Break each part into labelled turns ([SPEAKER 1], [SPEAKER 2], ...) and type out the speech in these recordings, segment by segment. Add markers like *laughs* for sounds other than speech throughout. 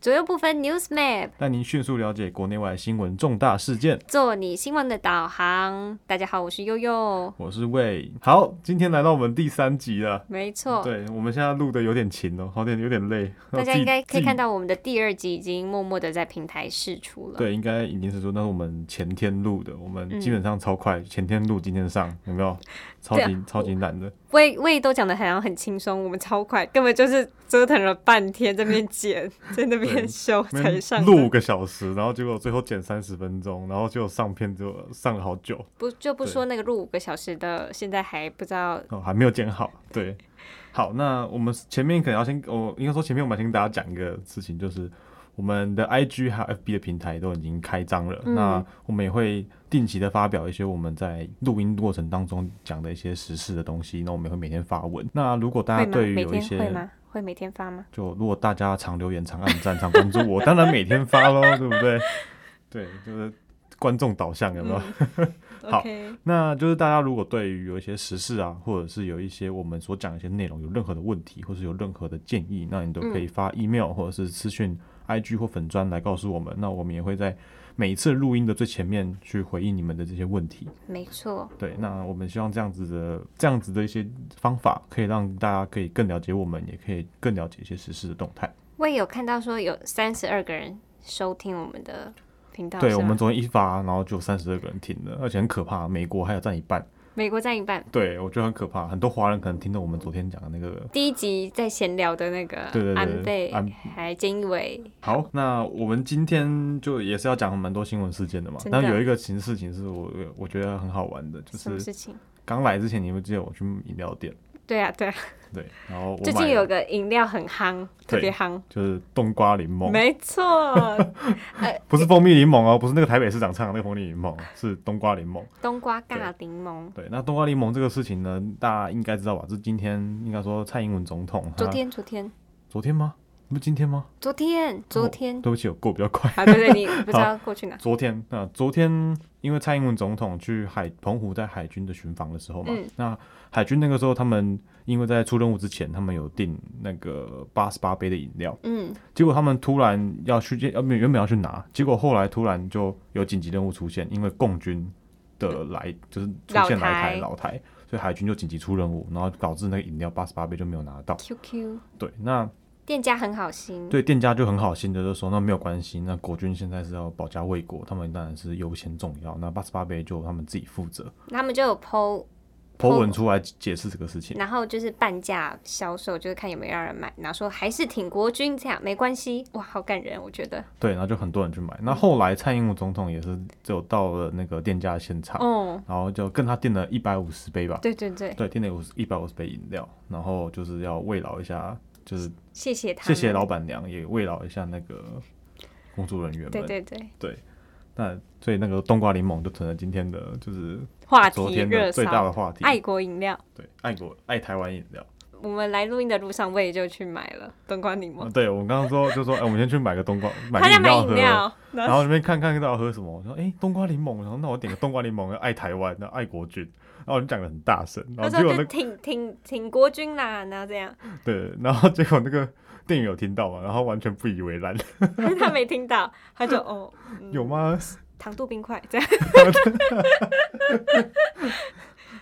[SPEAKER 1] 左右部分 News Map，
[SPEAKER 2] 带您迅速了解国内外新闻重大事件。
[SPEAKER 1] 做你新闻的导航。大家好，我是悠悠。
[SPEAKER 2] 我是魏，好，今天来到我们第三集了。
[SPEAKER 1] 没错，
[SPEAKER 2] 对，我们现在录的有点勤哦，好点有点累。
[SPEAKER 1] 大家
[SPEAKER 2] 自己
[SPEAKER 1] 应该可以看。
[SPEAKER 2] 自
[SPEAKER 1] 到我们的第二集已经默默的在平台试出
[SPEAKER 2] 己
[SPEAKER 1] 了。
[SPEAKER 2] 对，应该已经是说，那是我们前天录的，我们
[SPEAKER 1] 嗯
[SPEAKER 2] 基本上超快，前天录，今天上，有没有？超
[SPEAKER 1] 对啊
[SPEAKER 2] 级超级难的。
[SPEAKER 1] 魏魏都讲的好像很轻松，我们超快，根本就是折腾了半天在那边
[SPEAKER 2] *laughs*
[SPEAKER 1] 剪，在那边
[SPEAKER 2] 对
[SPEAKER 1] 修
[SPEAKER 2] 没
[SPEAKER 1] 才上的。
[SPEAKER 2] 录五个小时，然后结果最后剪三十分钟，然后结果上片就上了好久，
[SPEAKER 1] 不就不
[SPEAKER 2] 对
[SPEAKER 1] 说那个录五个小时的，现在还不知道。
[SPEAKER 2] 哦，还没有剪好。对，好，那我们前面可能要先，我应该说前面我们要先跟大家讲一个事情，就是我们的 IG 还有 FB 的平台都已经开张了，
[SPEAKER 1] 嗯
[SPEAKER 2] 那我们也会定期的发表一些我们在录音过程当中讲的一些时事的东西，那我们也会每天发文。那如果大
[SPEAKER 1] 会
[SPEAKER 2] 家
[SPEAKER 1] 吗？
[SPEAKER 2] 啊对于
[SPEAKER 1] 每
[SPEAKER 2] 有一
[SPEAKER 1] 天
[SPEAKER 2] 些
[SPEAKER 1] 会吗？会每天发吗？
[SPEAKER 2] 就如果大家常留言、常按赞、常关注我，当然每天发喽，对不对？ *laughs* 对，就是观众导向有没有？好
[SPEAKER 1] OK，
[SPEAKER 2] 那就是大家如果对于有一些时事啊，或者是有一些我们所讲的一些内容有任何的问题，或是有任何的建议，那你都可以发 email 或者是私讯 IG 或粉砖来告诉我们。那我们也会在每一次录音的最前面去回应你们的这些问题。
[SPEAKER 1] 没错，
[SPEAKER 2] 对，那我们希望这样子的这样子的一些方法，可以让大家可以更了解我们，也可以更了解一些时事的动态。
[SPEAKER 1] 我也有看到说有三十二个人收听我们的频道，啊
[SPEAKER 2] 对，
[SPEAKER 1] 是
[SPEAKER 2] 我
[SPEAKER 1] 吗
[SPEAKER 2] 们昨天一发，然后就三十二个人听了，而且很可怕，美国还有占一半。
[SPEAKER 1] 美国占一半。
[SPEAKER 2] 对，我觉得很可怕，很多华人可能听到我们昨天讲的那个
[SPEAKER 1] 第一集在闲聊的那个
[SPEAKER 2] 对对对
[SPEAKER 1] 安倍
[SPEAKER 2] 安
[SPEAKER 1] 还菅义伟，
[SPEAKER 2] 好，那我们今天就也是要讲蛮多新闻事件的嘛。
[SPEAKER 1] 真的
[SPEAKER 2] 但有一个情事情是我我觉得很好玩的，就
[SPEAKER 1] 什么
[SPEAKER 2] 是
[SPEAKER 1] 事情？
[SPEAKER 2] 刚来之前，你会记得我去饮料店，
[SPEAKER 1] 对啊，对啊，
[SPEAKER 2] 对，然后我
[SPEAKER 1] 最
[SPEAKER 2] 买
[SPEAKER 1] 近
[SPEAKER 2] 了
[SPEAKER 1] 有个饮料很夯，特别夯，
[SPEAKER 2] 就是冬瓜柠檬，
[SPEAKER 1] 没错，
[SPEAKER 2] *laughs* 不是蜂蜜柠檬哦，不是那个台北市长唱的那个蜂蜜柠檬，哦是冬瓜柠檬。
[SPEAKER 1] 冬瓜尬柠檬。
[SPEAKER 2] 对，那冬瓜柠檬这个事情呢，大家应该知道吧？是今天应该说蔡英文总统，
[SPEAKER 1] 昨
[SPEAKER 2] 他
[SPEAKER 1] 天，昨天，
[SPEAKER 2] 昨天吗？不是今天吗？
[SPEAKER 1] 昨天，昨天
[SPEAKER 2] 哦，对不起，我过比较快。
[SPEAKER 1] 啊，对对，
[SPEAKER 2] *laughs*
[SPEAKER 1] 你不知道过去哪？
[SPEAKER 2] 昨天，那、昨天因为蔡英文总统去海澎湖在海军的巡防的时候嘛，
[SPEAKER 1] 嗯
[SPEAKER 2] 那海军那个时候他们因为在出任务之前，他们有订那个八十八杯的饮料，
[SPEAKER 1] 嗯，
[SPEAKER 2] 结果他们突然要去，呃，没有原本要去拿，结果后来突然就有紧急任务出现，因为共军的来就是出现来台
[SPEAKER 1] 老
[SPEAKER 2] 老台，所以海军就紧急出任务，然后导致那个饮料八十八杯就没有拿到。
[SPEAKER 1] QQ
[SPEAKER 2] 对，那
[SPEAKER 1] 店家很好心，
[SPEAKER 2] 对店家就很好心的就说，那没有关系，那国军现在是要保家卫国，他们当然是优先重要，那八十八杯就他们自己负责。
[SPEAKER 1] 他们就有 PO，
[SPEAKER 2] Po 文出来解释这个事情，
[SPEAKER 1] 然后就是半价销售，就是看有没有让人买，然后说还是挺国军这样，没关系，哇，好感人，我觉得，
[SPEAKER 2] 对，然后就很多人去买。那后来蔡英文总统也是就到了那个店家现场，
[SPEAKER 1] 哦，
[SPEAKER 2] 然后就跟他订了一百五十杯吧，
[SPEAKER 1] 对对对，
[SPEAKER 2] 对，订了五十一百五十杯饮料，然后就是要慰劳一下，就是
[SPEAKER 1] 谢谢他，
[SPEAKER 2] 谢谢老，板娘，也慰劳一下那个工作人员们。
[SPEAKER 1] 对对对，
[SPEAKER 2] 那所以那个冬瓜柠檬就成了今天的，就是
[SPEAKER 1] 话
[SPEAKER 2] 昨
[SPEAKER 1] 题
[SPEAKER 2] 天
[SPEAKER 1] 热
[SPEAKER 2] 的最大
[SPEAKER 1] 烧
[SPEAKER 2] 的，话题。
[SPEAKER 1] 爱国饮料。
[SPEAKER 2] 对，爱国爱台湾饮料。
[SPEAKER 1] 我们来录音的路上，我也就去买了冬瓜柠
[SPEAKER 2] 啊
[SPEAKER 1] 檬，
[SPEAKER 2] 对，我刚刚说就说，哎、我们先去买个
[SPEAKER 1] *laughs*
[SPEAKER 2] 冬瓜，买
[SPEAKER 1] 他
[SPEAKER 2] 个
[SPEAKER 1] 在
[SPEAKER 2] 饮
[SPEAKER 1] 买
[SPEAKER 2] 料
[SPEAKER 1] 饮
[SPEAKER 2] 喝。
[SPEAKER 1] 料，然
[SPEAKER 2] *laughs* 然
[SPEAKER 1] 后
[SPEAKER 2] 后那边看看到底喝什么，我说哎、冬瓜柠檬，然后那我点个冬瓜柠檬，爱台湾，然后爱国军，然后我就讲的很大声，然
[SPEAKER 1] 他
[SPEAKER 2] 后结
[SPEAKER 1] 说
[SPEAKER 2] 果
[SPEAKER 1] 就
[SPEAKER 2] 那个
[SPEAKER 1] 挺挺挺国军啦，然后这
[SPEAKER 2] *laughs*
[SPEAKER 1] 样，
[SPEAKER 2] 对，然后结果那个店员有听到嘛，然后完全不以为然，
[SPEAKER 1] 他没听到，他就哦，嗯
[SPEAKER 2] 有？
[SPEAKER 1] *laughs*
[SPEAKER 2] 吗？
[SPEAKER 1] 糖度冰块这样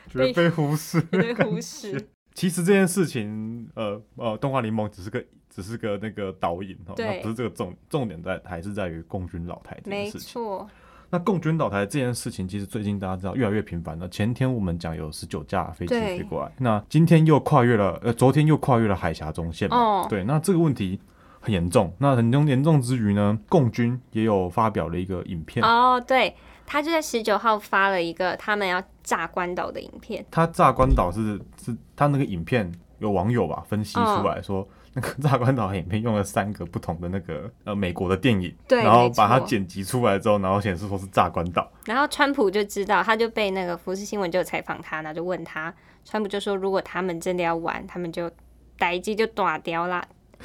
[SPEAKER 2] 觉得被忽视。
[SPEAKER 1] 有点忽
[SPEAKER 2] *laughs*
[SPEAKER 1] 视，
[SPEAKER 2] 其实这件事情，呃呃，冬瓜柠檬只是个只是个那个导引哦，
[SPEAKER 1] 对
[SPEAKER 2] 那不是这个重重点在还是在于共军老台这件
[SPEAKER 1] 没
[SPEAKER 2] 事情。
[SPEAKER 1] 错，
[SPEAKER 2] 那共军倒台这件事情，其实最近大家知道越来越频繁了。前天我们讲有十九架飞机
[SPEAKER 1] 对
[SPEAKER 2] 飞过来，那今天又跨越了，呃，昨天又跨越了海峡中线嘛。
[SPEAKER 1] 哦
[SPEAKER 2] 对，那这个问题很严重。那很严严重之余呢，共军也有发表了一个影片，
[SPEAKER 1] 哦，对，他就在十九号发了一个他们要炸关岛的影片，
[SPEAKER 2] 他炸关岛是是他那个影片有网友吧分析出
[SPEAKER 1] 嗯
[SPEAKER 2] 来说，那个炸关岛影片用了三个不同的那个呃美国的电影，
[SPEAKER 1] 对
[SPEAKER 2] 然后
[SPEAKER 1] 没
[SPEAKER 2] 把它
[SPEAKER 1] 错
[SPEAKER 2] 剪辑出来之后，然后显示说是炸关岛。
[SPEAKER 1] 然后川普就知道，他就被那个福斯新闻就有采访他，然后就问他，川普就说如果他们真的要玩，他们就逮鸡就打掉啦。 *laughs*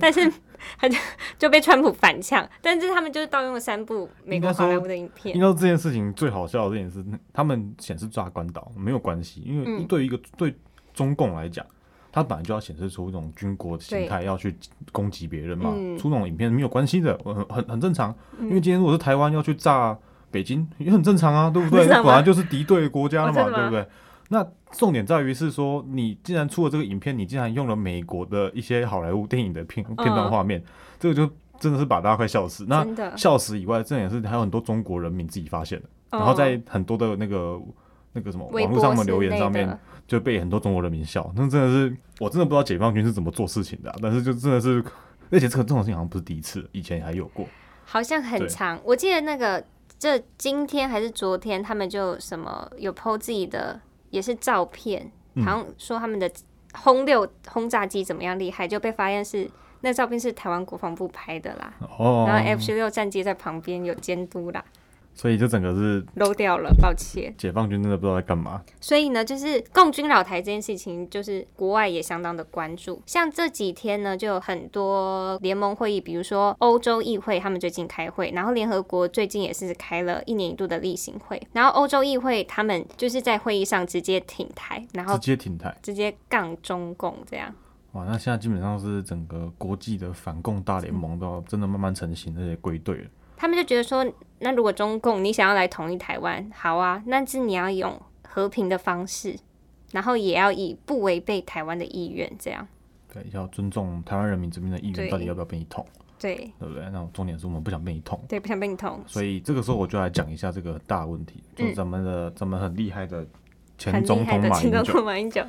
[SPEAKER 1] 但是他就就被川普反呛，但是他们就是盗用了三部美国好莱坞的影片
[SPEAKER 2] 应，该说这件事情最好笑的事情是，他们显示抓关岛没有关系，因为
[SPEAKER 1] 嗯
[SPEAKER 2] 对于一个、对中共来讲，他本来就要显示出一种军国心态，要去攻击别人嘛，
[SPEAKER 1] 嗯
[SPEAKER 2] 出那种影片没有关系的，我很很很正常。因为今天如果是台湾要去炸北京，也很正常啊，对不
[SPEAKER 1] *laughs*
[SPEAKER 2] 对？
[SPEAKER 1] 是吗
[SPEAKER 2] 那本来就是敌对国家了
[SPEAKER 1] *laughs*
[SPEAKER 2] 嘛，
[SPEAKER 1] 哦真的
[SPEAKER 2] 对
[SPEAKER 1] 吗
[SPEAKER 2] 不对？那重点在于是说，你既然出了这个影片，你竟然用了美国的一些好莱坞电影的片片段画面，这个就真的是把大家快笑死。那
[SPEAKER 1] 嗯真的，
[SPEAKER 2] 笑死以外，这也是还有很多中国人民自己发现的，然后在很多的那个那个什么
[SPEAKER 1] 哦微
[SPEAKER 2] 网络
[SPEAKER 1] 博
[SPEAKER 2] 上的
[SPEAKER 1] 之
[SPEAKER 2] 留言
[SPEAKER 1] 类
[SPEAKER 2] 上
[SPEAKER 1] 的
[SPEAKER 2] 面，就被很多中国人民笑，那真的是我真的不知道解放军是怎么做事情的啊、但是就真的是，而且这个这种事情好像不是第一次，以前还有过。
[SPEAKER 1] 好像
[SPEAKER 2] 对
[SPEAKER 1] 很长。我记得那个，这今天还是昨天，他们就什么有 PO 自己的，也是照片，
[SPEAKER 2] 嗯
[SPEAKER 1] 好像说他们的轰六轰炸机怎么样厉害，就被发现是那照片是台湾国防部拍的啦。
[SPEAKER 2] 哦，
[SPEAKER 1] 然后哎 F 十六战机在旁边有监督啦，
[SPEAKER 2] 所以就整个是
[SPEAKER 1] 漏掉了，抱歉。
[SPEAKER 2] 解放军真的不知道在干嘛。
[SPEAKER 1] 所以呢，就是共军老台这件事情，就是国外也相当的关注。像这几天呢，就有很多联盟会议，比如说欧洲议会，他们最近开会，然后联合国最近也是开了一年一度的例行会，然后欧洲议会他们就是在会议上直接挺台，然
[SPEAKER 2] 直
[SPEAKER 1] 后
[SPEAKER 2] 接停台，
[SPEAKER 1] 直接杠中共这样。
[SPEAKER 2] 哇！那现在基本上是整个国际的反共大联盟都要真的慢慢成型，而且归队了。
[SPEAKER 1] 他们就觉得说，那如果中共你想要来统一台湾，好啊，但是你要用和平的方式，然后也要以不违背台湾的意愿这样。
[SPEAKER 2] 对，要尊重台湾人民这边的意愿，
[SPEAKER 1] 对
[SPEAKER 2] 到底要不要被你捅，
[SPEAKER 1] 对
[SPEAKER 2] 对不对？那重点是我们不想被你捅，
[SPEAKER 1] 对，不想被你统。
[SPEAKER 2] 所以这个时候我就来讲一下这个很大的问题，就是
[SPEAKER 1] 嗯
[SPEAKER 2] 咱们的咱们很厉害的前
[SPEAKER 1] 很厉
[SPEAKER 2] 总
[SPEAKER 1] 害
[SPEAKER 2] 统
[SPEAKER 1] 的
[SPEAKER 2] 马英
[SPEAKER 1] 前总
[SPEAKER 2] 九。
[SPEAKER 1] 统马英九，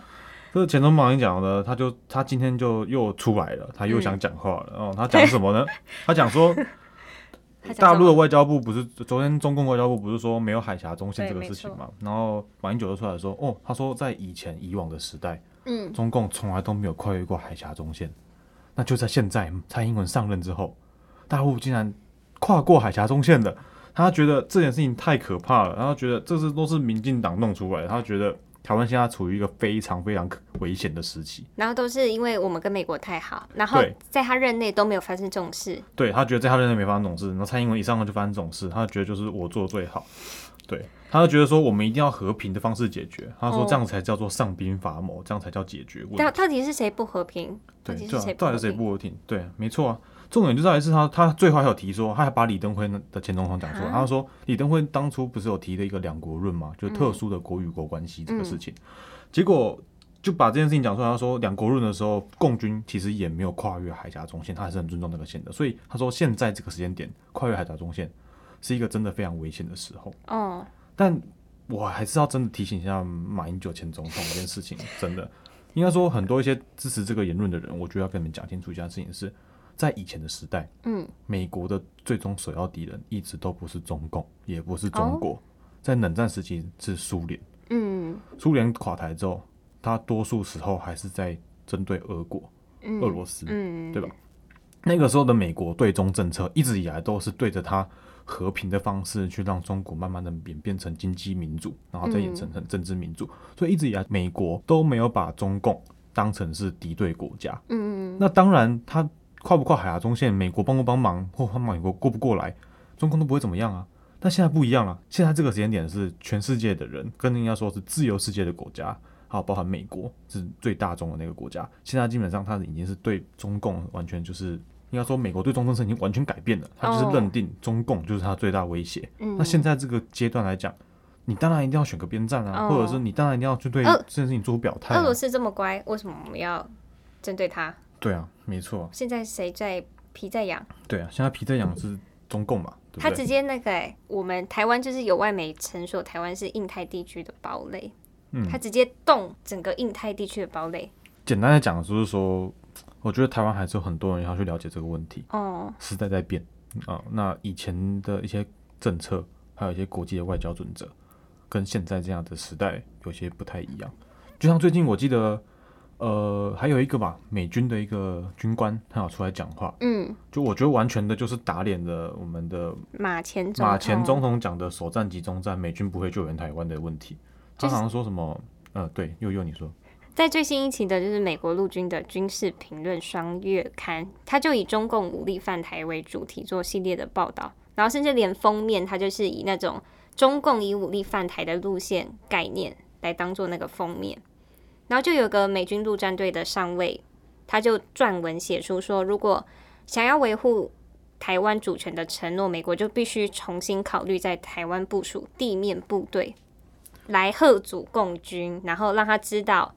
[SPEAKER 2] 这个前总统马英九呢，他就他今天就又出来了，他
[SPEAKER 1] 嗯
[SPEAKER 2] 又想讲话了。哦，他讲什
[SPEAKER 1] *laughs*
[SPEAKER 2] 么呢？他讲说
[SPEAKER 1] 他讲
[SPEAKER 2] 大陆
[SPEAKER 1] 什
[SPEAKER 2] 的
[SPEAKER 1] 么
[SPEAKER 2] 外交部不是昨天中共外交部不是说没有海峡中线
[SPEAKER 1] 对
[SPEAKER 2] 这个事情嘛？然后马英九就出来说，哦，他说在以前以往的时代，
[SPEAKER 1] 嗯，
[SPEAKER 2] 中共从来都没有跨越过海峡中线，那就在现在蔡英文上任之后，大陆竟然跨过海峡中线了。他觉得这件事情太可怕了，然后觉得这是都是民进党弄出来的，他觉得台湾现在处于一个非常非常可危险的时期。
[SPEAKER 1] 然后都是因为我们跟美国太好，然后
[SPEAKER 2] 对
[SPEAKER 1] 在他任内都没有发生这种事，
[SPEAKER 2] 对他觉得在他任内没发生这种事，然后蔡英文一上任就发生这种事，他觉得就是我做的最好，对，他就觉得说我们一定要和平的方式解决，他说
[SPEAKER 1] 哦
[SPEAKER 2] 这样才叫做上兵伐谋，这样才叫解决问题。
[SPEAKER 1] 到到底是谁不和平？到
[SPEAKER 2] 对，
[SPEAKER 1] 底
[SPEAKER 2] 对
[SPEAKER 1] 是
[SPEAKER 2] 啊
[SPEAKER 1] 谁不
[SPEAKER 2] 到底
[SPEAKER 1] 和
[SPEAKER 2] 谁
[SPEAKER 1] 平？
[SPEAKER 2] 不合挺？对，没错啊。重点就在于是他，他最后还有提说，他还把李登辉的前总统讲出来，
[SPEAKER 1] 啊
[SPEAKER 2] 他说李登辉当初不是有提的一个两国论嘛，
[SPEAKER 1] 嗯
[SPEAKER 2] 就特殊的国与国关系这个事情，结果就把这件事情讲出来，他说两国论的时候，共军其实也没有跨越海峡中线，他还是很尊重那个线的，所以他说现在这个时间点跨越海峡中线是一个真的非常危险的时候，
[SPEAKER 1] 哦，
[SPEAKER 2] 但我还是要真的提醒一下马英九前总统这件事情，真的 *laughs* 应该说很多一些支持这个言论的人，我觉得要跟你们讲清楚一下事情是在以前的时代，
[SPEAKER 1] 嗯，
[SPEAKER 2] 美国的最终首要敌人一直都不是中共，也不是中国，
[SPEAKER 1] 哦
[SPEAKER 2] 在冷战时期是苏联，
[SPEAKER 1] 嗯
[SPEAKER 2] 苏联垮台之后，它多数时候还是在针对俄国、
[SPEAKER 1] 嗯
[SPEAKER 2] 俄罗斯，
[SPEAKER 1] 嗯，
[SPEAKER 2] 对吧？那个时候的美国对中政策一直以来都是对着它和平的方式去让中国慢慢的演变成经济民主，然后再演成成政治民主，所以一直以来美国都没有把中共当成是敌对国家。
[SPEAKER 1] 嗯
[SPEAKER 2] 那当然，他跨不跨海峡啊中线，美国帮不帮忙，或帮美国过不过来，中共都不会怎么样啊。但现在不一样了，现在这个时间点是全世界的人，跟应该说是自由世界的国家，还有包含美国是最大宗的那个国家，现在基本上它已经是对中共完全就是。应该说，美国对中政策已经完全改变了，它就是
[SPEAKER 1] 哦
[SPEAKER 2] 认定中共就是它最大威胁。
[SPEAKER 1] 嗯
[SPEAKER 2] 那现在这个阶段来讲，你当然一定要选个边站啊，
[SPEAKER 1] 哦
[SPEAKER 2] 或者是你当然一定要去对
[SPEAKER 1] 俄
[SPEAKER 2] 这件事情做出表态、
[SPEAKER 1] 俄
[SPEAKER 2] 啊
[SPEAKER 1] 罗。斯这么乖，为什么我们要针对他？
[SPEAKER 2] 对啊，没错啊。
[SPEAKER 1] 现在谁在皮在痒？
[SPEAKER 2] 对啊，现在皮特养是中共嘛，对
[SPEAKER 1] 他
[SPEAKER 2] 不对？
[SPEAKER 1] 直接那个、欸，我们台湾就是有外媒称说台湾是印太地区的堡垒，
[SPEAKER 2] 嗯
[SPEAKER 1] 他直接动整个印太地区的堡垒。
[SPEAKER 2] 简单的讲，就是说，我觉得台湾还是有很多人要去了解这个问题，
[SPEAKER 1] 哦，
[SPEAKER 2] 时代在变啊、那以前的一些政策，还有一些国际的外交准则，跟现在这样的时代有些不太一样。就像最近我记得，呃，还有一个吧，美军的一个军官，他有出来讲话，
[SPEAKER 1] 嗯，
[SPEAKER 2] 就我觉得完全的就是打脸了我们的
[SPEAKER 1] 马前总
[SPEAKER 2] 马前总统讲的首战集中战，美军不会救援台湾的问题，他
[SPEAKER 1] 就是
[SPEAKER 2] 好像说什么，呃，对，悠悠你说。
[SPEAKER 1] 在最新一期的就是美国陆军的军事评论双月刊，它就以中共武力犯台为主题做系列的报道，然后甚至连封面它就是以那种中共以武力犯台的路线概念来当做那个封面。然后就有个美军陆战队的上尉，他就撰文写出说，如果想要维护台湾主权的承诺，美国就必须重新考虑在台湾部署地面部队，来贺阻共军，然后让他知道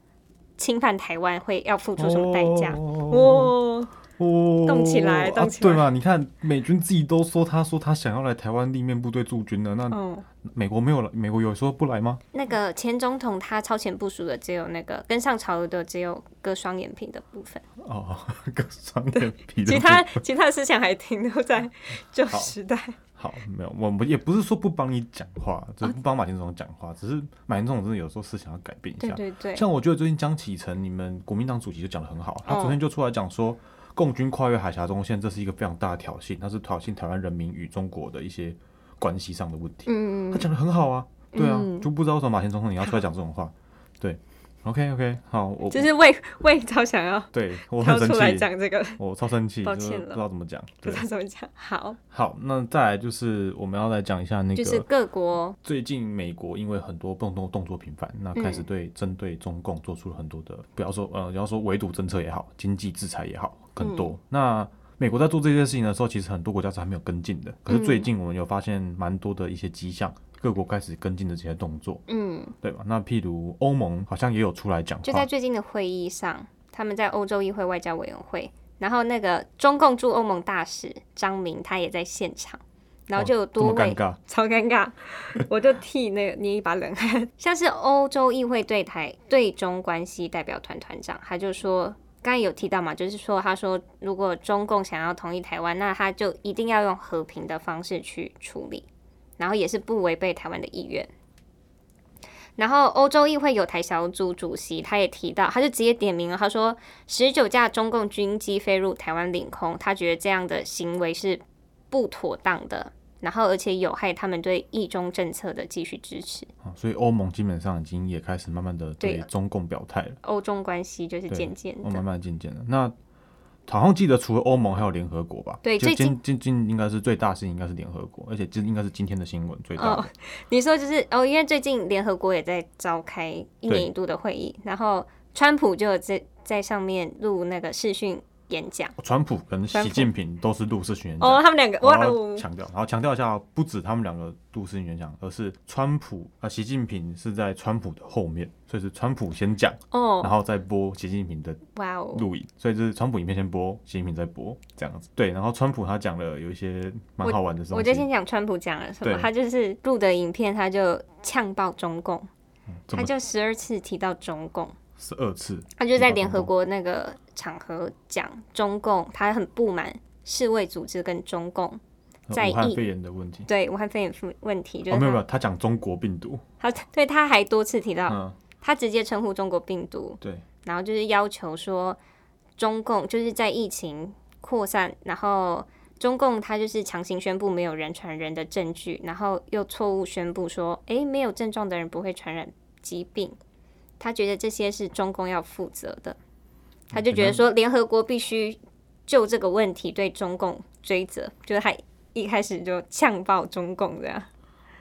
[SPEAKER 1] 侵犯台湾会要付出什么代价。
[SPEAKER 2] 哦
[SPEAKER 1] 哦，
[SPEAKER 2] 哦
[SPEAKER 1] 动起来动起来
[SPEAKER 2] 啊、对嘛？你看美军自己都说，他说他想要来台湾地面部队驻军了，那
[SPEAKER 1] 嗯，
[SPEAKER 2] 美国没有来，美国有说不来吗？
[SPEAKER 1] 那个前总统他超前部署的只有那个跟上潮流的只有割双眼皮的部分，
[SPEAKER 2] 哦，跟双眼皮的
[SPEAKER 1] 其他其他思想还停留
[SPEAKER 2] *laughs*
[SPEAKER 1] 在旧时代。
[SPEAKER 2] 好，没有，我们也不是说不帮你讲话，就是
[SPEAKER 1] 哦
[SPEAKER 2] 不帮马前总统讲话，只是马前总统真的有时候是想要改变一
[SPEAKER 1] 对
[SPEAKER 2] 下。
[SPEAKER 1] 对对，
[SPEAKER 2] 像我觉得最近江启臣，你们国民党主席就讲的很好，他
[SPEAKER 1] 嗯
[SPEAKER 2] 昨天就出来讲说，共军跨越海峡中线，这是一个非常大的挑衅，它是挑衅台湾人民与中国的一些关系上的问题。
[SPEAKER 1] 嗯，
[SPEAKER 2] 他讲的很好啊，对啊，
[SPEAKER 1] 嗯
[SPEAKER 2] 就不知道为什么马前总统你要出来讲这种话，对，OK OK，好，我
[SPEAKER 1] 就是魏魏超想要
[SPEAKER 2] 对我
[SPEAKER 1] 跳
[SPEAKER 2] 很
[SPEAKER 1] 出来
[SPEAKER 2] 生气，
[SPEAKER 1] 讲这个，
[SPEAKER 2] 我超生气，
[SPEAKER 1] 抱
[SPEAKER 2] 就是
[SPEAKER 1] 歉
[SPEAKER 2] 不
[SPEAKER 1] 了
[SPEAKER 2] 知道怎么讲。
[SPEAKER 1] 不
[SPEAKER 2] 对
[SPEAKER 1] 知，道怎么讲。好，
[SPEAKER 2] 好，那再来就是我们要来讲一下那个，
[SPEAKER 1] 就是各国
[SPEAKER 2] 最近美国因为很多动动动作频繁，那
[SPEAKER 1] 嗯
[SPEAKER 2] 开始对针对中共做出了很多的，不要说呃，你要说围堵政策也好，经济制裁也好，很
[SPEAKER 1] 嗯
[SPEAKER 2] 多。那美国在做这些事情的时候，其实很多国家是还没有跟进的。可是
[SPEAKER 1] 嗯
[SPEAKER 2] 最近我们有发现蛮多的一些迹象，各国开始跟进的这些动作，
[SPEAKER 1] 嗯，
[SPEAKER 2] 对吧？那譬如欧盟好像也有出来讲
[SPEAKER 1] 就在
[SPEAKER 2] 话，
[SPEAKER 1] 最近的会议上，他们在欧洲议会外交委员会，然后那个中共驻欧盟大使张明他也在现场，然后就有
[SPEAKER 2] 哦这
[SPEAKER 1] 多
[SPEAKER 2] 么
[SPEAKER 1] 位
[SPEAKER 2] 尴尬，
[SPEAKER 1] 超尴尬，我就替那个捏一把冷汗。 *laughs* 像是欧洲议会对台对中关系代表团团长，他就说，刚才有提到嘛，就是说，他说如果中共想要统一台湾，那他就一定要用和平的方式去处理，然后也是不违背台湾的意愿。然后欧洲议会有台小组主席他也提到，他就直接点名了，他说十九架中共军机飞入台湾领空，他觉得这样的行为是不妥当的，然后而且有害他们对一中政策的继续支持，
[SPEAKER 2] 啊所以欧盟基本上已经也开始慢慢的对
[SPEAKER 1] 对
[SPEAKER 2] 中共表态了。
[SPEAKER 1] 欧中关系就是
[SPEAKER 2] 对
[SPEAKER 1] 渐渐
[SPEAKER 2] 哦，慢
[SPEAKER 1] 的，
[SPEAKER 2] 慢渐渐的。那好像记得除了欧盟还有联合国吧？
[SPEAKER 1] 对
[SPEAKER 2] 就
[SPEAKER 1] 最近
[SPEAKER 2] 今今今应该是最大事情应该是联合国，而且这应该是今天的新闻最大的。
[SPEAKER 1] 哦，你说就是哦，因为最近联合国也在召开一年一度的会
[SPEAKER 2] 嗯
[SPEAKER 1] 议，然后川普就有在在上面录那个视讯演讲，
[SPEAKER 2] 川普跟
[SPEAKER 1] 川
[SPEAKER 2] 习
[SPEAKER 1] 普
[SPEAKER 2] 近平都是入室巡演讲。
[SPEAKER 1] 哦，他们两个
[SPEAKER 2] 我
[SPEAKER 1] 哇
[SPEAKER 2] 要
[SPEAKER 1] 哦，
[SPEAKER 2] 强调，然后强调一下，不止他们两个入室演讲，而是川普啊，习近平是在川普的后面，所以是川普嗯先讲，然
[SPEAKER 1] 哦
[SPEAKER 2] 后再播习近平的
[SPEAKER 1] 哇哦，
[SPEAKER 2] 录影，所以就是川普影片先播，习近平再播这样子。对，然后川普他讲了有一些蛮好玩的东
[SPEAKER 1] 我就
[SPEAKER 2] 西
[SPEAKER 1] 先，讲川普讲了什么，
[SPEAKER 2] 对
[SPEAKER 1] 他就是录的影片，他就呛爆中共，
[SPEAKER 2] 这
[SPEAKER 1] 他
[SPEAKER 2] 嗯么
[SPEAKER 1] 就十二次提到中共。
[SPEAKER 2] 十二次，
[SPEAKER 1] 他就在联
[SPEAKER 2] 嗯
[SPEAKER 1] 合国那个场合讲中共，他很不满世卫组织跟中共在
[SPEAKER 2] 武汉
[SPEAKER 1] 意
[SPEAKER 2] 肺炎的问题。
[SPEAKER 1] 对武汉肺炎问题，就
[SPEAKER 2] 哦，
[SPEAKER 1] 是
[SPEAKER 2] 没
[SPEAKER 1] 他、
[SPEAKER 2] 有没有，他讲中国病毒，
[SPEAKER 1] 他对他还多次提到，
[SPEAKER 2] 嗯，
[SPEAKER 1] 他直接称呼中国病毒，
[SPEAKER 2] 对，
[SPEAKER 1] 然后就是要求说中共就是在疫情扩散，然后中共他就是强行宣布没有人传人的证据，然后又错误宣布说，诶，没有症状的人不会传染疾病，他觉得这些是中共要负责的，他就觉得说联合国必须就这个问题对中共追责，就是他一开始就呛爆中共这样，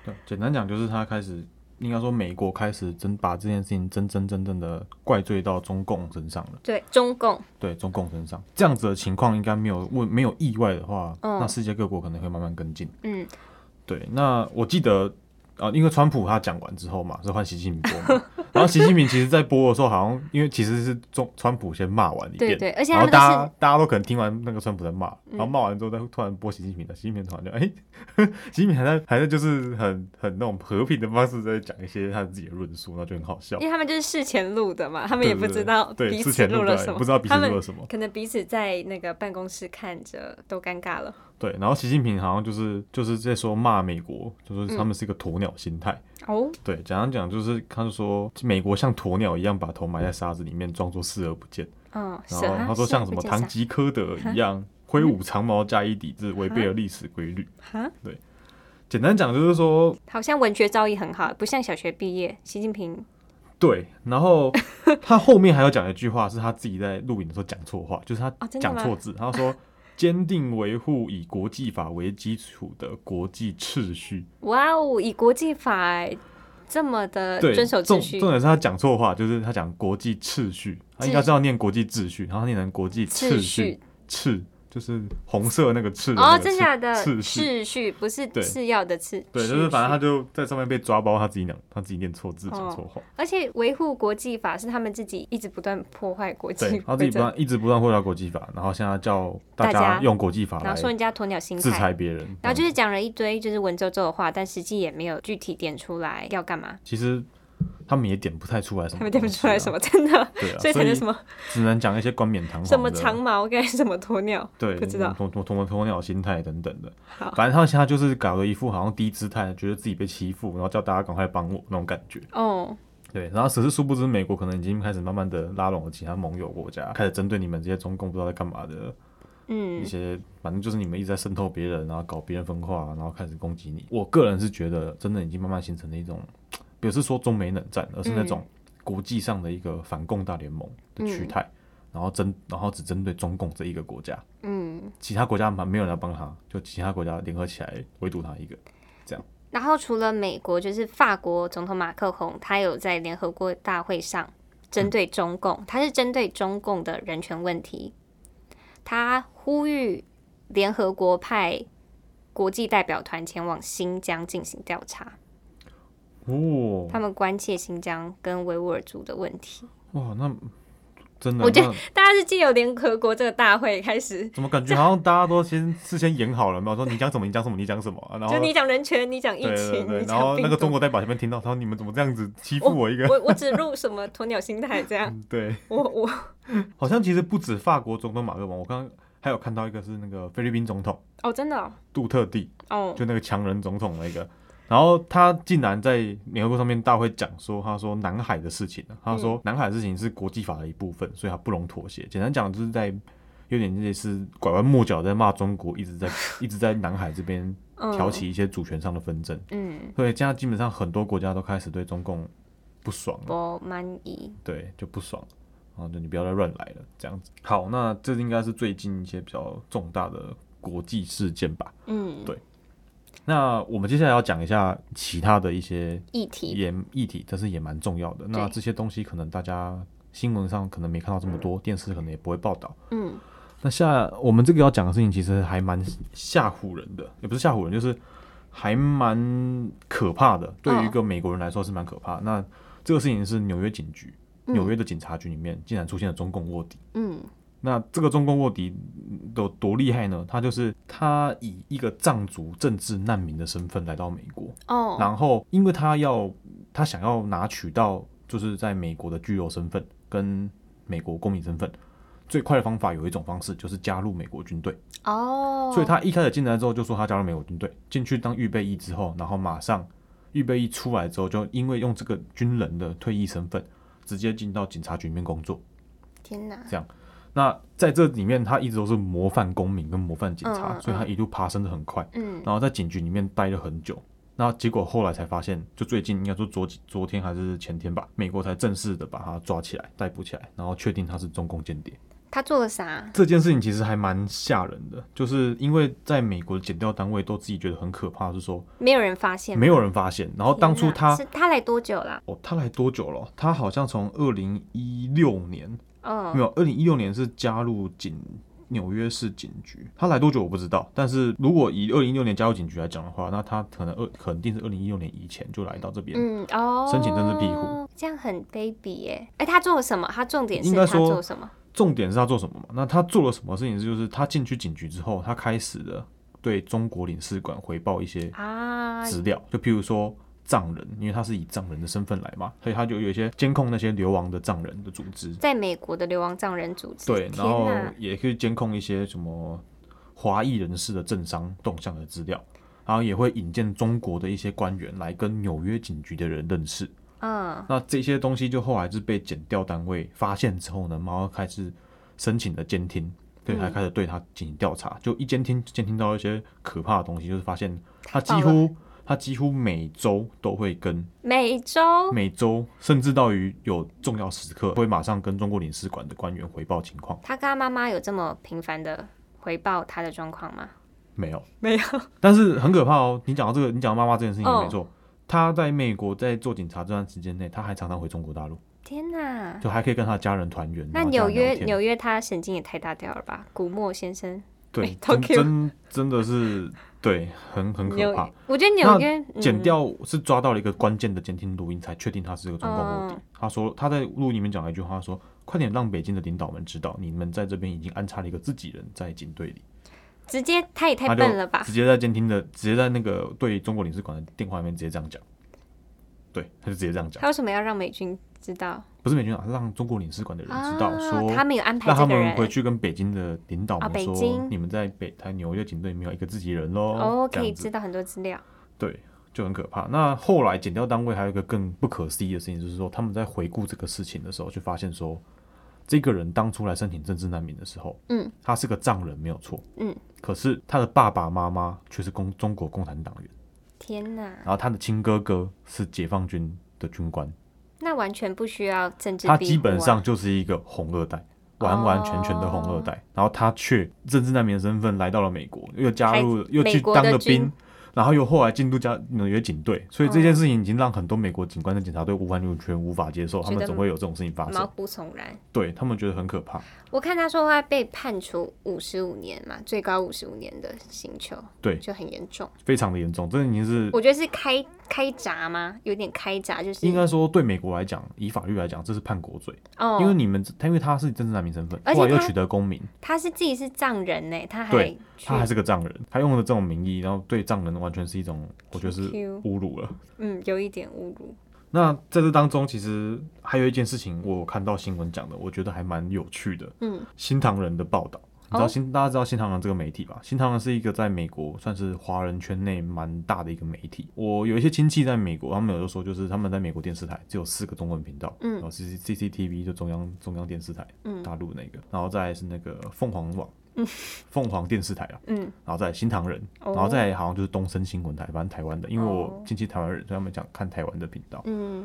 [SPEAKER 2] 对，简单讲就是他开始，应该说美国开始真把这件事情真真正正的怪罪到中共身上了，
[SPEAKER 1] 对中共，
[SPEAKER 2] 对中共身上，这样子的情况应该没有问没有意外的话，
[SPEAKER 1] 嗯
[SPEAKER 2] 那世界各国可能会慢慢跟进。
[SPEAKER 1] 嗯，
[SPEAKER 2] 对，那我记得啊、呃因为川普他讲完之后嘛，是换习近
[SPEAKER 1] *laughs*
[SPEAKER 2] 平播嘛，然后习近平其实在播的时候，好像因为其实是中川普先骂完一遍
[SPEAKER 1] 对，对，而且
[SPEAKER 2] 然
[SPEAKER 1] 他
[SPEAKER 2] 后
[SPEAKER 1] 那个嗯
[SPEAKER 2] 大
[SPEAKER 1] 是
[SPEAKER 2] 家大家都可能听完那个川普在骂，然后骂完之后，再突然播习近平的，习近平突然就哎，习近平还在还在就是很很那种和平的方式在讲一些他自己的论述，然后就很好笑
[SPEAKER 1] 因。为他们就是事前录的嘛，他
[SPEAKER 2] 他
[SPEAKER 1] 们也不知道
[SPEAKER 2] 对
[SPEAKER 1] 彼
[SPEAKER 2] 之
[SPEAKER 1] 此
[SPEAKER 2] 前
[SPEAKER 1] 录
[SPEAKER 2] 的
[SPEAKER 1] 了什么，
[SPEAKER 2] 不知道彼此
[SPEAKER 1] 他们
[SPEAKER 2] 录了什么。
[SPEAKER 1] 可能彼此在那个办公室看着都尴尬了。
[SPEAKER 2] 对，然后习近平好像就是就是在说骂美国，
[SPEAKER 1] 嗯
[SPEAKER 2] 就是他们是一个鸵鸟心态。
[SPEAKER 1] 哦，
[SPEAKER 2] 对，简单讲就是他就说美国像鸵鸟一样把头埋在沙子里面，装作视而不见。
[SPEAKER 1] 嗯，
[SPEAKER 2] 然
[SPEAKER 1] 是
[SPEAKER 2] 后
[SPEAKER 1] 啊，
[SPEAKER 2] 他说
[SPEAKER 1] 是
[SPEAKER 2] 像什么
[SPEAKER 1] 不见嗯
[SPEAKER 2] 堂
[SPEAKER 1] 啥
[SPEAKER 2] 吉诃德一样，挥舞长矛加以抵制，违背了历史规律。
[SPEAKER 1] 哈，
[SPEAKER 2] 简单讲就是说，
[SPEAKER 1] 好像文学造诣很好，不像小学毕业。习近平
[SPEAKER 2] 对，
[SPEAKER 1] *laughs*
[SPEAKER 2] 然后他后面还有讲一句话，是他自己在录影的时候讲错话，就是他
[SPEAKER 1] 哦真的
[SPEAKER 2] 讲
[SPEAKER 1] 吗
[SPEAKER 2] 错字，
[SPEAKER 1] *laughs*
[SPEAKER 2] 他说坚定维护以国际法为基础的国际秩序，
[SPEAKER 1] 哇哦，以国际法哎这么的
[SPEAKER 2] 对，
[SPEAKER 1] 遵守
[SPEAKER 2] 重
[SPEAKER 1] 秩序
[SPEAKER 2] 重，点是他讲错话，就是他讲国际秩序，他应该是要念国际秩序，然后念成国际
[SPEAKER 1] 秩
[SPEAKER 2] 序
[SPEAKER 1] 序，
[SPEAKER 2] 秩就是红色那个赤的那
[SPEAKER 1] 哦，
[SPEAKER 2] 个
[SPEAKER 1] 真
[SPEAKER 2] 赤
[SPEAKER 1] 假的
[SPEAKER 2] 秩序。
[SPEAKER 1] 秩序不是
[SPEAKER 2] 对
[SPEAKER 1] 次要的次，
[SPEAKER 2] 对，就
[SPEAKER 1] 秩
[SPEAKER 2] 是
[SPEAKER 1] 序
[SPEAKER 2] 反正他就在上面被抓包，他自己讲，他自己念错字，讲错话，
[SPEAKER 1] 而且维护国际法是他们自己一直不断破坏 *laughs* 国际
[SPEAKER 2] 对，他自
[SPEAKER 1] 规
[SPEAKER 2] 己不
[SPEAKER 1] 则，
[SPEAKER 2] 断一直不断回答国际法，然后现在叫大
[SPEAKER 1] 大
[SPEAKER 2] 家
[SPEAKER 1] 家
[SPEAKER 2] 用国际法
[SPEAKER 1] 然
[SPEAKER 2] 来
[SPEAKER 1] 后说人家鸵鸟心
[SPEAKER 2] 制
[SPEAKER 1] 态，
[SPEAKER 2] 裁别人。
[SPEAKER 1] 然后
[SPEAKER 2] 这
[SPEAKER 1] 就
[SPEAKER 2] 样
[SPEAKER 1] 是讲了一堆就是文绉绉的话，但实际也没有具体点出来要干嘛，
[SPEAKER 2] 其实他们也点不太出来什么、
[SPEAKER 1] 他们点不出来什
[SPEAKER 2] 么，
[SPEAKER 1] 么，真的，
[SPEAKER 2] 对啊，
[SPEAKER 1] 所以才能什么
[SPEAKER 2] 只能讲一些冠冕堂皇
[SPEAKER 1] 什么
[SPEAKER 2] 的
[SPEAKER 1] 长毛跟什么鸵鸟，
[SPEAKER 2] 对，
[SPEAKER 1] 不知道
[SPEAKER 2] 鸵鸵鸵鸵鸟心态等等的
[SPEAKER 1] 好，
[SPEAKER 2] 反正他们现在就是搞了一副好像低姿态，觉得自己被欺负，然后叫大家赶快帮我那种感觉。
[SPEAKER 1] 哦，
[SPEAKER 2] 对，然后只是殊不知美国可能已经开始慢慢的拉拢了其他盟友国家，开始针对你们这些中共不知道在干嘛的一
[SPEAKER 1] 嗯，
[SPEAKER 2] 些，反正就是你们一直在渗透别人，然后搞别人分化，然后开始攻击你。我个人是觉得，真的已经慢慢形成了一种，不是说中美冷战，而是那
[SPEAKER 1] 嗯
[SPEAKER 2] 种国际上的一个反共大联盟的趋态，然后针，然后只针对中共这一个国家。
[SPEAKER 1] 嗯，
[SPEAKER 2] 其他国家蛮没有人来帮他，就其他国家联合起来围堵他一个。
[SPEAKER 1] 然后除了美国，就是法国总统马克宏，他有在联合国大会上针对中共，他是针对中共的人权问题，他呼吁联合国派国际代表团前往新疆进行调查，
[SPEAKER 2] 哦，
[SPEAKER 1] 嗯他们关切新疆跟维吾尔族的问题。
[SPEAKER 2] 哇，那真的，
[SPEAKER 1] 我觉得
[SPEAKER 2] 那
[SPEAKER 1] 大家是借由联合国这个大会开始，
[SPEAKER 2] 怎么感觉好像大家都先 *laughs* 事先演好了，没有说你讲什么，你讲什么，你讲什么，啊然后
[SPEAKER 1] 就你讲人权，你讲疫
[SPEAKER 2] 对对
[SPEAKER 1] 情，
[SPEAKER 2] 对，
[SPEAKER 1] 你
[SPEAKER 2] 然
[SPEAKER 1] 讲
[SPEAKER 2] 后
[SPEAKER 1] 病
[SPEAKER 2] 那个中
[SPEAKER 1] 毒，
[SPEAKER 2] 国代表前面听到，他说你们怎么这样子欺负我一 *laughs* 个？
[SPEAKER 1] 我我只录什么鸵鸟心态这
[SPEAKER 2] *laughs*
[SPEAKER 1] 样，
[SPEAKER 2] 嗯对，
[SPEAKER 1] 我我
[SPEAKER 2] 好像其实不止法国总统马克龙，我刚刚还有看到一个是那个菲律宾总统
[SPEAKER 1] 哦真的哦
[SPEAKER 2] 杜特地，
[SPEAKER 1] 哦
[SPEAKER 2] 就那个强人总统那个。然后他竟然在联合国上面大会讲说，他说南海的事情啊，他说南海的事情是国际法的一部分，所以他不容妥协。简单讲就是在有点类似拐弯抹角在骂中国，一直 *laughs* 在一直在南海这边
[SPEAKER 1] 嗯
[SPEAKER 2] 挑起一些主权上的纷争。
[SPEAKER 1] 嗯。
[SPEAKER 2] 所以现在基本上很多国家都开始对中共不爽了，
[SPEAKER 1] 不满意。
[SPEAKER 2] 对就不爽，然后就你不要再乱来了这样子。好，那这应该是最近一些比较重大的国际事件吧。
[SPEAKER 1] 嗯，
[SPEAKER 2] 那我们接下来要讲一下其他的一些
[SPEAKER 1] 议题
[SPEAKER 2] 也议题，这是也蛮重要的。那这些东西可能大家新闻上可能没看到这么多，电视可能也不会报道。
[SPEAKER 1] 嗯，
[SPEAKER 2] 那下我们这个要讲的事情，其实还蛮吓唬人的，也不是吓唬人，就是还蛮可怕的。对于一个美国人来说是蛮可怕的那这个事情是纽约警局，
[SPEAKER 1] 嗯
[SPEAKER 2] 纽约的警察局里面竟然出现了中共卧底。
[SPEAKER 1] 嗯
[SPEAKER 2] 那这个中共卧底有多厉害呢？他就是他以一个藏族政治难民的身份来到美国，
[SPEAKER 1] 哦，
[SPEAKER 2] 然后因为他要他想要拿取到就是在美国的居留身份跟美国公民身份，最快的方法有一种方式就是加入美国军队，
[SPEAKER 1] 哦，
[SPEAKER 2] 所以他一开始进来之后就说他加入美国军队，进去当预备役之后，然后马上预备役出来之后，就因为用这个军人的退役身份，直接进到警察局里面工作。
[SPEAKER 1] 天哪，
[SPEAKER 2] 那在这里面，他一直都是模范公民跟模范警察，
[SPEAKER 1] 嗯嗯嗯
[SPEAKER 2] 所以他一路爬升的很快，
[SPEAKER 1] 嗯
[SPEAKER 2] 然后在警局里面待了很久。那结果后来才发现，就最近应该说昨几昨天还是前天吧，美国才正式的把他抓起来、逮捕起来，然后确定他是中共间谍。
[SPEAKER 1] 他做了啥？
[SPEAKER 2] 这件事情其实还蛮吓人的，就是因为在美国的检调单位都自己觉得很可怕，是说
[SPEAKER 1] 没有人发现吗，
[SPEAKER 2] 没有人发现。然后
[SPEAKER 1] 天哪。
[SPEAKER 2] 当初他
[SPEAKER 1] 是啊他来多久啦？
[SPEAKER 2] 哦，他来多久了？他好像从二零一六年
[SPEAKER 1] 哦
[SPEAKER 2] 没，有，二零一六年是加入警纽约市警局，他来多久我不知道。但是如果以二零一六年加入警局来讲的话，那他可能二肯定是二零一六年以前就来到这边。
[SPEAKER 1] 嗯哦，
[SPEAKER 2] 申请政治庇护，
[SPEAKER 1] 这样很卑鄙耶。哎，他做了什么？他重点是
[SPEAKER 2] 应该
[SPEAKER 1] 他
[SPEAKER 2] 说
[SPEAKER 1] 做什么？
[SPEAKER 2] 重点是他做什么嘛？那他做了什么事情？就是他进去警局之后，他开始的对中国领事馆回报一些
[SPEAKER 1] 啊，
[SPEAKER 2] 资料，就譬如说。藏人，因为他是以藏人的身份来嘛，所以他就有一些监控那些流亡的藏人的组织，
[SPEAKER 1] 在美国的流亡藏人组织，
[SPEAKER 2] 对，
[SPEAKER 1] 天
[SPEAKER 2] 然后
[SPEAKER 1] 哪
[SPEAKER 2] 也可以监控一些什么华裔人士的政商动向的资料，然后也会引荐中国的一些官员来跟纽约警局的人认识。
[SPEAKER 1] 嗯
[SPEAKER 2] 那这些东西就后来是被检调单位发现之后呢，然后开始申请了监听，对，
[SPEAKER 1] 嗯
[SPEAKER 2] 还开始对他进行调查。就一监听监听到一些可怕的东西，就是发现他
[SPEAKER 1] 太
[SPEAKER 2] 几
[SPEAKER 1] 棒
[SPEAKER 2] 乎他几乎每周都会跟
[SPEAKER 1] 每周
[SPEAKER 2] 每周甚至到于有重要时刻会马上跟中国领事馆的官员回报情况。
[SPEAKER 1] 他跟他妈妈有这么频繁的回报他的状况吗？
[SPEAKER 2] *laughs* 没有，
[SPEAKER 1] 没有，
[SPEAKER 2] 但是很可怕哦。你讲到这个，你讲到妈妈这件事情也
[SPEAKER 1] 哦
[SPEAKER 2] 没错，她他在美国在做警察这段时间内，他还常常回中国大陆，
[SPEAKER 1] *laughs* 天哪！
[SPEAKER 2] 就还可以跟他的家人团圆。
[SPEAKER 1] 嗯那
[SPEAKER 2] 然后这样
[SPEAKER 1] 纽约
[SPEAKER 2] 聊天
[SPEAKER 1] 纽约他神经也太大条了吧？古默先生，
[SPEAKER 2] 对
[SPEAKER 1] *laughs* 哎好
[SPEAKER 2] 真
[SPEAKER 1] cute
[SPEAKER 2] 真真的是对很很
[SPEAKER 1] 纽
[SPEAKER 2] 可怕。，
[SPEAKER 1] 我觉得
[SPEAKER 2] 那
[SPEAKER 1] 纽约
[SPEAKER 2] 剪、
[SPEAKER 1] 嗯
[SPEAKER 2] 掉是抓到了一个关键的监听录音，才确定他是个中共卧底。
[SPEAKER 1] 嗯
[SPEAKER 2] 他说他在录音里面讲了一句话，他说：“快点让北京的领导们知道，你们在这边已经安插了一个自己人在
[SPEAKER 1] *laughs*
[SPEAKER 2] 警队里。
[SPEAKER 1] 直接他也”太
[SPEAKER 2] 他就
[SPEAKER 1] 笨了吧？
[SPEAKER 2] 直接在监听的，直接在那个对中国领事馆的电话里面直接这样讲。对，他就直接这样讲，
[SPEAKER 1] 他为什么要让美军知道？
[SPEAKER 2] 不是美军啊，让中国领事馆的人知道
[SPEAKER 1] 啊
[SPEAKER 2] 说，
[SPEAKER 1] 他们有安排
[SPEAKER 2] 让他
[SPEAKER 1] 这个
[SPEAKER 2] 们回
[SPEAKER 1] 人。
[SPEAKER 2] 去跟北京的领导
[SPEAKER 1] 啊
[SPEAKER 2] 们
[SPEAKER 1] 北
[SPEAKER 2] 说，
[SPEAKER 1] 京
[SPEAKER 2] 你们在北台纽约警队里面有一个自己人喽。
[SPEAKER 1] 哦，
[SPEAKER 2] 这
[SPEAKER 1] 可以
[SPEAKER 2] 样子
[SPEAKER 1] 知道很多资料。
[SPEAKER 2] 对，就很可怕。那后来减掉单位还有一个更不可思议的事情，就是说他们在回顾这个事情的时候，就发现说，这个人当初来申请政治难民的时候，
[SPEAKER 1] 嗯，
[SPEAKER 2] 他是个藏人没有错，
[SPEAKER 1] 嗯，
[SPEAKER 2] 可是他的爸爸妈妈却是共中国共产党员，
[SPEAKER 1] 天哪，
[SPEAKER 2] 然后他的亲哥哥是解放军的军官，
[SPEAKER 1] 那完全不需要政治庇护啊、
[SPEAKER 2] 他基本上就是一个红二代。完完全全的红二代，
[SPEAKER 1] 哦
[SPEAKER 2] 然后他却政治难民的身份来到了美国，又加入了又
[SPEAKER 1] 美
[SPEAKER 2] 去
[SPEAKER 1] 国
[SPEAKER 2] 当
[SPEAKER 1] 的
[SPEAKER 2] 了
[SPEAKER 1] 军嗯
[SPEAKER 2] 兵，然后又后来进入加纽约警队，所以这件事情已经让很多美国警官跟警察队无完全无法接受，他
[SPEAKER 1] 觉
[SPEAKER 2] 们
[SPEAKER 1] 得
[SPEAKER 2] 怎么会有这种事情发
[SPEAKER 1] 毛
[SPEAKER 2] 生？
[SPEAKER 1] 骨悚然。
[SPEAKER 2] 对他们觉得很可怕。
[SPEAKER 1] 我看他说他被判处五十五年嘛，最高五十五年的刑囚，
[SPEAKER 2] 对
[SPEAKER 1] 就很严重。
[SPEAKER 2] 非常的严重，这已经是
[SPEAKER 1] 我觉得是开开闸吗？有点开闸，就是
[SPEAKER 2] 应该说对美国来讲，以法律来讲，这是叛国罪，
[SPEAKER 1] 哦，
[SPEAKER 2] 因为你们他因为他是政治难民身份，
[SPEAKER 1] 而且
[SPEAKER 2] 后来又
[SPEAKER 1] 他
[SPEAKER 2] 取得公民，
[SPEAKER 1] 他是自己是藏人呢，他还
[SPEAKER 2] 对
[SPEAKER 1] 去
[SPEAKER 2] 他还是个藏人，他用了这种名义，然后对藏人完全是一种我觉得是
[SPEAKER 1] Q
[SPEAKER 2] 侮辱了。
[SPEAKER 1] 嗯有一点侮辱。
[SPEAKER 2] 那在这当中，其实还有一件事情，我看到新闻讲的，我觉得还蛮有趣的。
[SPEAKER 1] 嗯，
[SPEAKER 2] 新唐人的报道，你知道
[SPEAKER 1] 哦
[SPEAKER 2] 新、大家知道新唐人这个媒体吧？新唐人是一个在美国算是华人圈内蛮大的一个媒体。我有一些亲戚在美国，他们有的说就是他们在美国电视台只有四个中文频道，
[SPEAKER 1] 嗯
[SPEAKER 2] 然后 C C C T V 就中央中央电视台，
[SPEAKER 1] 嗯
[SPEAKER 2] 大陆那个，然后再来是那个凤凰网，凤凰电视台啊，
[SPEAKER 1] 嗯，
[SPEAKER 2] 然后再来新唐人，
[SPEAKER 1] 哦
[SPEAKER 2] 然后再来好像就是东森新闻台，反正台湾的，因为我
[SPEAKER 1] 哦
[SPEAKER 2] 亲戚台湾人，所以他们讲看台湾的频道。
[SPEAKER 1] 嗯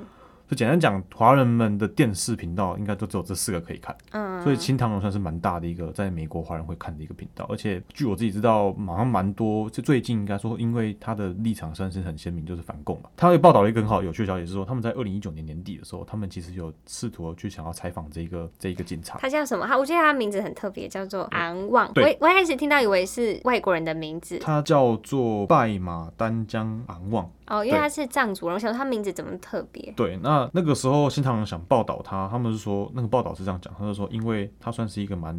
[SPEAKER 2] 就简单讲，华人们的电视频道应该都只有这四个可以看，
[SPEAKER 1] 嗯，
[SPEAKER 2] 所以新唐人算是蛮大的一个在美国华人会看的一个频道。而且据我自己知道，好像蛮多，就最近应该说，因为他的立场算是很鲜明，就是反共嘛。他也报道了一个很好有趣的消息，是说他们在二零一九年年底的时候，他们其实有试图去想要采访这一个这一个警察。
[SPEAKER 1] 他叫什么？他我记得他名字很特别，叫做昂旺。
[SPEAKER 2] 啊对
[SPEAKER 1] 我我一开始听到以为是外国人的名字
[SPEAKER 2] 他叫做拜马丹江昂旺，
[SPEAKER 1] 哦，因为
[SPEAKER 2] 对
[SPEAKER 1] 他是藏族人，我想说他名字怎么特别？
[SPEAKER 2] 对，那那个时候新唐人想报道他，他们是说那个报道是这样讲，他就说因为他算是一个蛮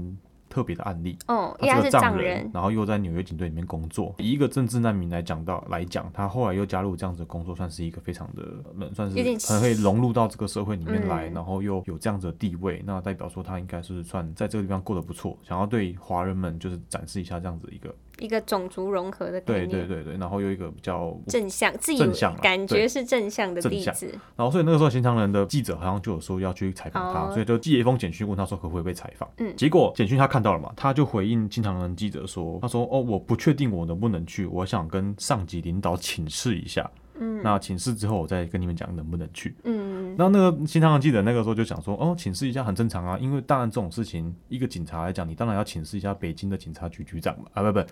[SPEAKER 2] 特别的案例，
[SPEAKER 1] 哦，因为
[SPEAKER 2] 哎
[SPEAKER 1] 他
[SPEAKER 2] 他
[SPEAKER 1] 是
[SPEAKER 2] 是个藏
[SPEAKER 1] 藏
[SPEAKER 2] 人，
[SPEAKER 1] 人，
[SPEAKER 2] 然后又在纽约警队里面工作。以一个政治难民来讲到来讲，他后来又加入这样子的工作，算是一个非常的，呃算是
[SPEAKER 1] 有点
[SPEAKER 2] 很会融入到这个社会里面来，
[SPEAKER 1] 嗯
[SPEAKER 2] 然后又有这样子的地位，那代表说他应该是算在这个地方过得不错，想要对华人们就是展示一下这样子一个，
[SPEAKER 1] 一个种族融合的概
[SPEAKER 2] 对
[SPEAKER 1] 念。
[SPEAKER 2] 对对对，然后又一个比较
[SPEAKER 1] 正向，自己
[SPEAKER 2] 正向啦
[SPEAKER 1] 感
[SPEAKER 2] 对
[SPEAKER 1] 觉是正向的
[SPEAKER 2] 正
[SPEAKER 1] 例
[SPEAKER 2] 向
[SPEAKER 1] 子，
[SPEAKER 2] 然后所以那个时候新唐人的记者好像就有说要去采访他，
[SPEAKER 1] 哦
[SPEAKER 2] 所以就寄了一封简讯问他说可不可以被采访。
[SPEAKER 1] 嗯
[SPEAKER 2] 结果简讯他看到了嘛，他就回应新唐人记者说，他说哦我不确定我能不能去，我想跟上级领导请示一下。嗯，那请示之后我再跟你们讲能不能去。
[SPEAKER 1] 嗯，
[SPEAKER 2] 然后那个新唐人记者那个时候就想说，哦，请示一下很正常啊，因为当然这种事情，一个警察来讲，你当然要请示一下北京的警察局局长嘛，啊不不，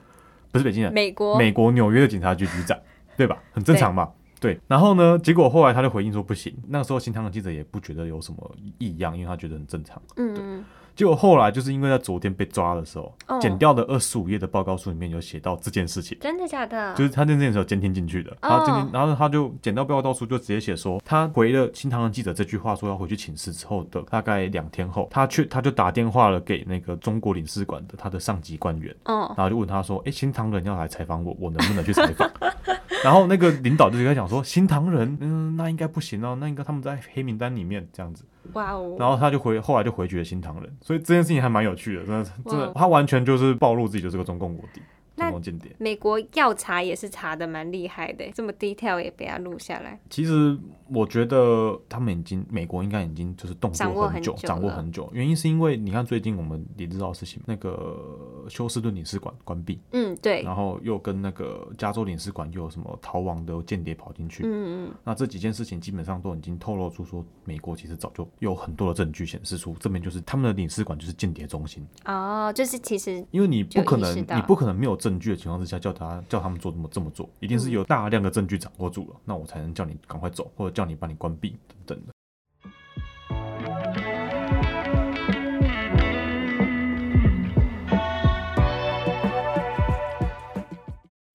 [SPEAKER 2] 不是北京的，
[SPEAKER 1] 美国，
[SPEAKER 2] 美国纽约的警察局局长，对吧？很正常嘛。对，然后呢？结果后来他就回应说不行。那时候新唐的记者也不觉得有什么异样，因为他觉得很正常。
[SPEAKER 1] 嗯，
[SPEAKER 2] 结果后来就是因为在昨天被抓的时候，
[SPEAKER 1] 哦
[SPEAKER 2] 剪掉的二十五页的报告书里面有写到这件事情，
[SPEAKER 1] 真的假的？
[SPEAKER 2] 就是他那件事有监听进去的。然后监
[SPEAKER 1] 哦
[SPEAKER 2] 听，然后他就剪掉报告书就直接写说，他回了新唐的记者这句话说要回去请示之后的大概两天后，他去他就打电话了给那个中国领事馆的他的上级官员。
[SPEAKER 1] 哦，
[SPEAKER 2] 然后就问他说：“哎，新唐人要来采访我，我能不能去采访？” *laughs* 然后那个领导就跟他讲说：“新唐人，嗯，那应该不行哦，那应该他们在黑名单里面这样子。”
[SPEAKER 1] 哇哦，
[SPEAKER 2] 然后他就回，后来就回绝新唐人，所以这件事情还蛮有趣的，真的，
[SPEAKER 1] 哇
[SPEAKER 2] 真的，他完全就是暴露自己就是个中共卧底、
[SPEAKER 1] 那
[SPEAKER 2] 中共间谍。
[SPEAKER 1] 美国要查也是查的蛮厉害的，这么 detail 也被他录下来。
[SPEAKER 2] 其实我觉得他们已经，美国应该已经就是动
[SPEAKER 1] 掌
[SPEAKER 2] 作
[SPEAKER 1] 握
[SPEAKER 2] 很
[SPEAKER 1] 很
[SPEAKER 2] 久，
[SPEAKER 1] 久
[SPEAKER 2] 掌握
[SPEAKER 1] 了
[SPEAKER 2] 很久。原因是因为你看最近我们也知道的事情，那个休斯顿领事馆关闭，
[SPEAKER 1] 嗯，对，
[SPEAKER 2] 然后又跟那个加州领事馆又有什么逃亡的间谍跑进去，
[SPEAKER 1] 嗯嗯，
[SPEAKER 2] 那这几件事情基本上都已经透露出说，美国其实早就有很多的证据显示出，这边就是他们的领事馆就是间谍中心，
[SPEAKER 1] 哦，就是其实
[SPEAKER 2] 因为你不可能
[SPEAKER 1] 就意识，到
[SPEAKER 2] 你不可能没有证据的情况之下，叫他叫他们做这么这么做，一定
[SPEAKER 1] 嗯
[SPEAKER 2] 是有大量的证据掌握住了，那我才能叫你赶快走，或者叫你把你关闭等等的。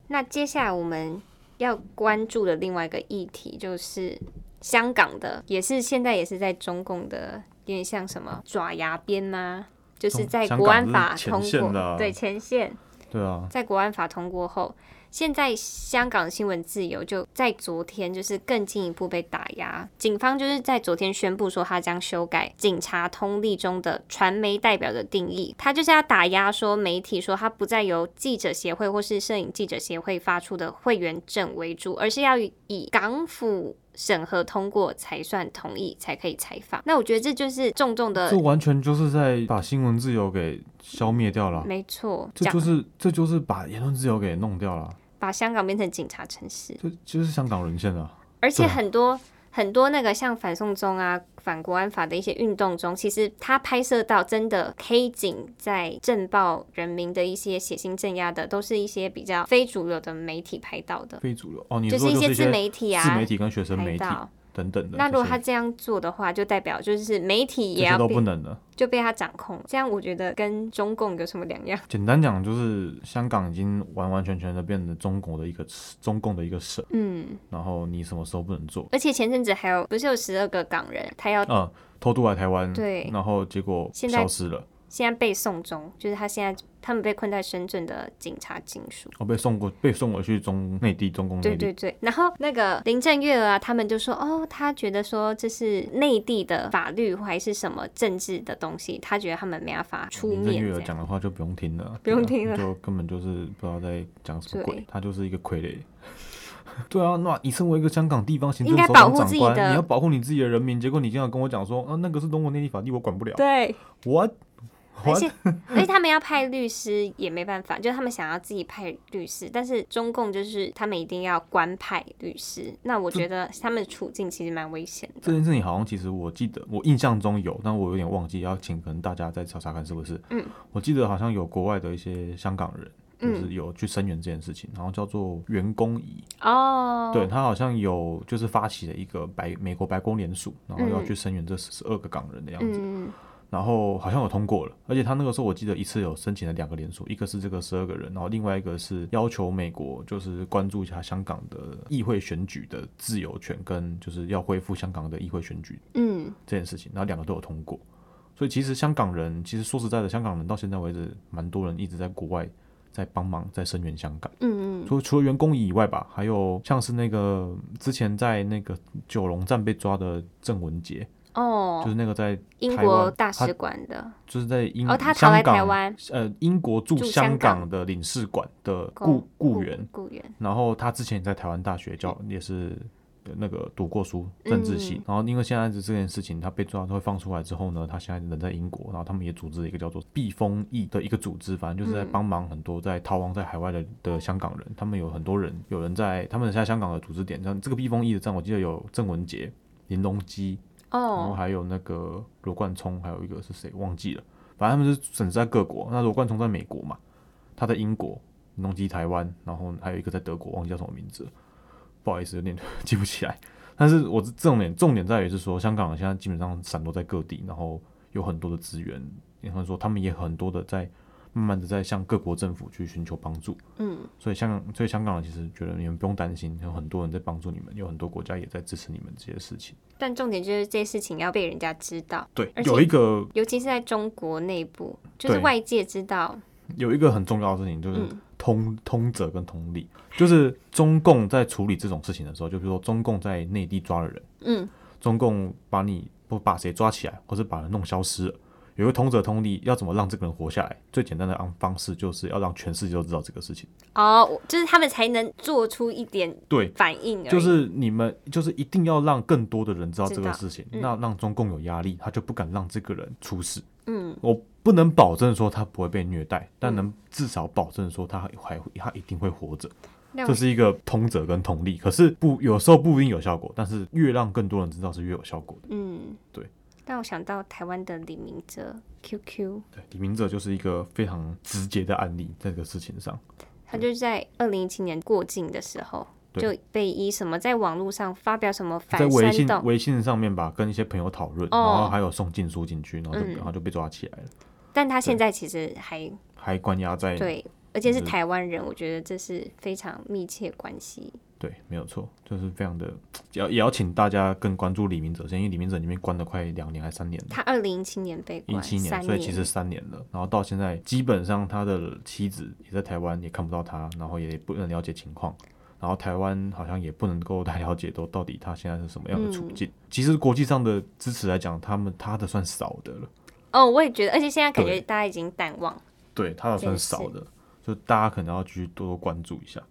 [SPEAKER 1] 那接下来我们要关注的另外一个议题就是香港的，也是现在也是在中共的，有点像什么爪牙边吗？就是在
[SPEAKER 2] 香
[SPEAKER 1] 国
[SPEAKER 2] 港
[SPEAKER 1] 安
[SPEAKER 2] 是
[SPEAKER 1] 法
[SPEAKER 2] 前
[SPEAKER 1] 通
[SPEAKER 2] 线的
[SPEAKER 1] 过，
[SPEAKER 2] 啊
[SPEAKER 1] 对前线，
[SPEAKER 2] 对啊，
[SPEAKER 1] 在国安法通过后，现在香港新闻自由就在昨天就是更进一步被打压。警方就是在昨天宣布说，他将修改警察通例中的传媒代表的定义，他就是要打压说媒体说他不再由记者协会或是摄影记者协会发出的会员证为主，而是要以港府。审核通过才算同意，才可以采访。那我觉得这就是重重的
[SPEAKER 2] 这，完全就是在把新闻自由给消灭掉了，
[SPEAKER 1] 没错，
[SPEAKER 2] 这
[SPEAKER 1] 嗯讲
[SPEAKER 2] 就是这就是把言论自由给弄掉了，
[SPEAKER 1] 把香港变成警察城市。
[SPEAKER 2] 这就是香港沦陷了。
[SPEAKER 1] 而且
[SPEAKER 2] 对
[SPEAKER 1] 很多很多那个像反送中啊、反国安法的一些运动中，其实他拍摄到真的黑警在震爆人民的一些血腥镇压的，都是一些比较非主流的媒体拍到的，
[SPEAKER 2] 非主流哦，你
[SPEAKER 1] 就
[SPEAKER 2] 说
[SPEAKER 1] 一
[SPEAKER 2] 就是
[SPEAKER 1] 些
[SPEAKER 2] 一
[SPEAKER 1] 自
[SPEAKER 2] 些
[SPEAKER 1] 媒体啊
[SPEAKER 2] 自媒体跟学生
[SPEAKER 1] 拍
[SPEAKER 2] 媒体
[SPEAKER 1] 到。
[SPEAKER 2] 等等的。
[SPEAKER 1] 那如果
[SPEAKER 2] 这些
[SPEAKER 1] 他这样做的话，就代表就是媒体也
[SPEAKER 2] 这些
[SPEAKER 1] 要
[SPEAKER 2] 都
[SPEAKER 1] 被
[SPEAKER 2] 不能了。
[SPEAKER 1] 就被他掌控，这样我觉得跟中共有什么两样？
[SPEAKER 2] 简单讲，就是香港已经完完全全的变成中国的一个中共的一个省，
[SPEAKER 1] 嗯，
[SPEAKER 2] 然后你什么时候不能做？
[SPEAKER 1] 而且前阵子还有不是有十二个港人，他要
[SPEAKER 2] 嗯，偷渡来台湾，
[SPEAKER 1] 啊对
[SPEAKER 2] 然后结果
[SPEAKER 1] 现在
[SPEAKER 2] 消失了，
[SPEAKER 1] 现在被送中，就是他现在他们被困在深圳的警察警署。
[SPEAKER 2] 哦，被送过被送回去中内地中共内
[SPEAKER 1] 对
[SPEAKER 2] 地，
[SPEAKER 1] 对对，然后那个林郑月娥啊，他们就说，哦，他觉得说这是内地的法律还是什么政治的东西，他觉得他们没办法出
[SPEAKER 2] 林郑
[SPEAKER 1] 面
[SPEAKER 2] 月
[SPEAKER 1] 这
[SPEAKER 2] 娥
[SPEAKER 1] 样。
[SPEAKER 2] 讲的话就不用听了，
[SPEAKER 1] *laughs* 不用
[SPEAKER 2] 对啊
[SPEAKER 1] 听了
[SPEAKER 2] 就根本就是不知道在讲什么鬼
[SPEAKER 1] 对，
[SPEAKER 2] 他就是一个傀儡。 *laughs* 对啊，那你身为一个香港地方行政
[SPEAKER 1] 应该
[SPEAKER 2] 首长
[SPEAKER 1] 保护
[SPEAKER 2] 长
[SPEAKER 1] 自己
[SPEAKER 2] 官，
[SPEAKER 1] 的
[SPEAKER 2] 你要保护你自己的人民，结果你竟然跟我讲说，啊，那个是中国内地法律，我管不了。 *laughs*
[SPEAKER 1] 对，
[SPEAKER 2] 我
[SPEAKER 1] 而
[SPEAKER 2] 我
[SPEAKER 1] 且而且他们要派律师也没办法，就是他们想要自己派律师，但是中共就是他们一定要官派律师。那我觉得他们处境其实蛮危险
[SPEAKER 2] 这
[SPEAKER 1] 的。
[SPEAKER 2] 件事情好像其实我记得，我印象中有，但我有点忘记，要请可能大家再查查看是不是。
[SPEAKER 1] 嗯，
[SPEAKER 2] 我记得好像有国外的一些香港人，就
[SPEAKER 1] 嗯
[SPEAKER 2] 是有去声援这件事情，然后叫做员工椅，
[SPEAKER 1] 哦，
[SPEAKER 2] 对他好像有就是发起了一个白美国白宫联署，然后要
[SPEAKER 1] 嗯
[SPEAKER 2] 去声援这十二个港人的样子，
[SPEAKER 1] 嗯，
[SPEAKER 2] 然后好像有通过了，而且他那个时候我记得一次有申请了两个联署，一个是这个十二个人，然后另外一个是要求美国就是关注一下香港的议会选举的自由权跟就是要恢复香港的议会选举
[SPEAKER 1] 嗯嗯，
[SPEAKER 2] 这件事情，然后两个都有通过。所以其实香港人，其实说实在的，香港人到现在为止，蛮多人一直在国外在帮忙，在声援香港。
[SPEAKER 1] 嗯嗯，
[SPEAKER 2] 除除了员工以外吧，还有像是那个之前在那个九龙站被抓的郑文杰，就
[SPEAKER 1] 哦，
[SPEAKER 2] 是那个在
[SPEAKER 1] 英
[SPEAKER 2] 台湾
[SPEAKER 1] 国大
[SPEAKER 2] 他
[SPEAKER 1] 使馆的，
[SPEAKER 2] 就是在英、
[SPEAKER 1] 哦，他逃来
[SPEAKER 2] 香港
[SPEAKER 1] 台湾，
[SPEAKER 2] 呃英国驻
[SPEAKER 1] 驻香
[SPEAKER 2] 香
[SPEAKER 1] 港
[SPEAKER 2] 港的领事馆的
[SPEAKER 1] 公
[SPEAKER 2] 雇雇员，
[SPEAKER 1] 雇员。
[SPEAKER 2] 然后他之前也在台湾大学教，也是那个读过书，政治系。
[SPEAKER 1] 嗯
[SPEAKER 2] 然后因为现在这件事情，他被抓都会放出来之后呢，他现在人在英国，然后他们也组织了一个叫做避风翼的一个组织，反正就是在
[SPEAKER 1] 嗯
[SPEAKER 2] 帮忙很多在逃亡在海外的的香港人。他们有很多人，有人在他们在香港的组织点，像这个避风翼的站，我记得有郑文杰、林隆基，然后
[SPEAKER 1] 哦，
[SPEAKER 2] 还有那个罗贯聪，还有一个是谁忘记了，反正他们是整在各国。那罗贯聪在美国嘛，他在英国，农基台湾，然后还有一个在德国，忘记叫什么名字了，不好意思，有点 *laughs* 记不起来。但是我这重点重点在于是说，香港人现在基本上散落在各地，然后有很多的资源，也很说他们也很多的在慢慢的在向各国政府去寻求帮助。
[SPEAKER 1] 嗯，
[SPEAKER 2] 所以香港，所以香港人其实觉得你们不用担心，有很多人在帮助你们，有很多国家也在支持你们这些事情。
[SPEAKER 1] 但重点就是这些事情要被人家知道，
[SPEAKER 2] 对
[SPEAKER 1] 而，且
[SPEAKER 2] 有一个
[SPEAKER 1] 尤其是在中国内部，就是
[SPEAKER 2] 对
[SPEAKER 1] 外界知道，
[SPEAKER 2] 有一个很重要的事情就是
[SPEAKER 1] 嗯
[SPEAKER 2] 通、通则跟通例，就是中共在处理这种事情的时候，就比如说中共在内地抓了人，
[SPEAKER 1] 嗯，
[SPEAKER 2] 中共把你不把谁抓起来，或是把人弄消失了，有一个通则通例，要怎么让这个人活下来？最简单的方方式就是要让全世界都知道这个事情。
[SPEAKER 1] 哦，我就是他们才能做出一点
[SPEAKER 2] 对，
[SPEAKER 1] 反应而已，
[SPEAKER 2] 就是你们就是一定要让更多的人知道这
[SPEAKER 1] 知
[SPEAKER 2] 个
[SPEAKER 1] 道
[SPEAKER 2] 事情，
[SPEAKER 1] 嗯
[SPEAKER 2] 那让中共有压力，他就不敢让这个人出事。
[SPEAKER 1] 嗯，
[SPEAKER 2] 我不能保证说他不会被虐待，但
[SPEAKER 1] 嗯
[SPEAKER 2] 能至少保证说他还他一定会活着。
[SPEAKER 1] 让
[SPEAKER 2] 这是一个通则跟通例，可是不有时候不一定有效果，但是越让更多人知道是越有效果的。
[SPEAKER 1] 嗯，
[SPEAKER 2] 对，
[SPEAKER 1] 让我想到台湾的李明哲 QQ，
[SPEAKER 2] 对，李明哲就是一个非常直接的案例，在这个事情上，
[SPEAKER 1] 他就在二零一七年过境的时候
[SPEAKER 2] 对
[SPEAKER 1] 就被以什么在网络上发表什么
[SPEAKER 2] 在
[SPEAKER 1] 反
[SPEAKER 2] 微
[SPEAKER 1] 煽
[SPEAKER 2] 信
[SPEAKER 1] 动，
[SPEAKER 2] 微信上面吧，跟一些朋友讨论，
[SPEAKER 1] 哦
[SPEAKER 2] 然后还有送禁书进去，然后就、
[SPEAKER 1] 嗯
[SPEAKER 2] 然后就被抓起来了，
[SPEAKER 1] 但他现在其实还
[SPEAKER 2] 还关押在
[SPEAKER 1] 对，而且是
[SPEAKER 2] 就是
[SPEAKER 1] 台湾人，我觉得这是非常密切关系。
[SPEAKER 2] 对，没有错，就是非常的，也要也要请大家更关注李明哲先，因为李明哲里面关了快两年还三年了。
[SPEAKER 1] 他二零一七年被
[SPEAKER 2] 一
[SPEAKER 1] 关
[SPEAKER 2] 七
[SPEAKER 1] 三
[SPEAKER 2] 年，所以其实三年了，然后到现在基本上他的妻子也在台湾，也看不到他，然后也不能了解情况，然后台湾好像也不能够太了解都到底他现在是什么样的处
[SPEAKER 1] 嗯
[SPEAKER 2] 境。其实国际上的支持来讲，他们他的算少的了，
[SPEAKER 1] 哦，我也觉得，而且现在感觉
[SPEAKER 2] 对
[SPEAKER 1] 大家已经淡忘，
[SPEAKER 2] 对他的算
[SPEAKER 1] 对
[SPEAKER 2] 少
[SPEAKER 1] 是
[SPEAKER 2] 的，就大家可能要去多多关注一下。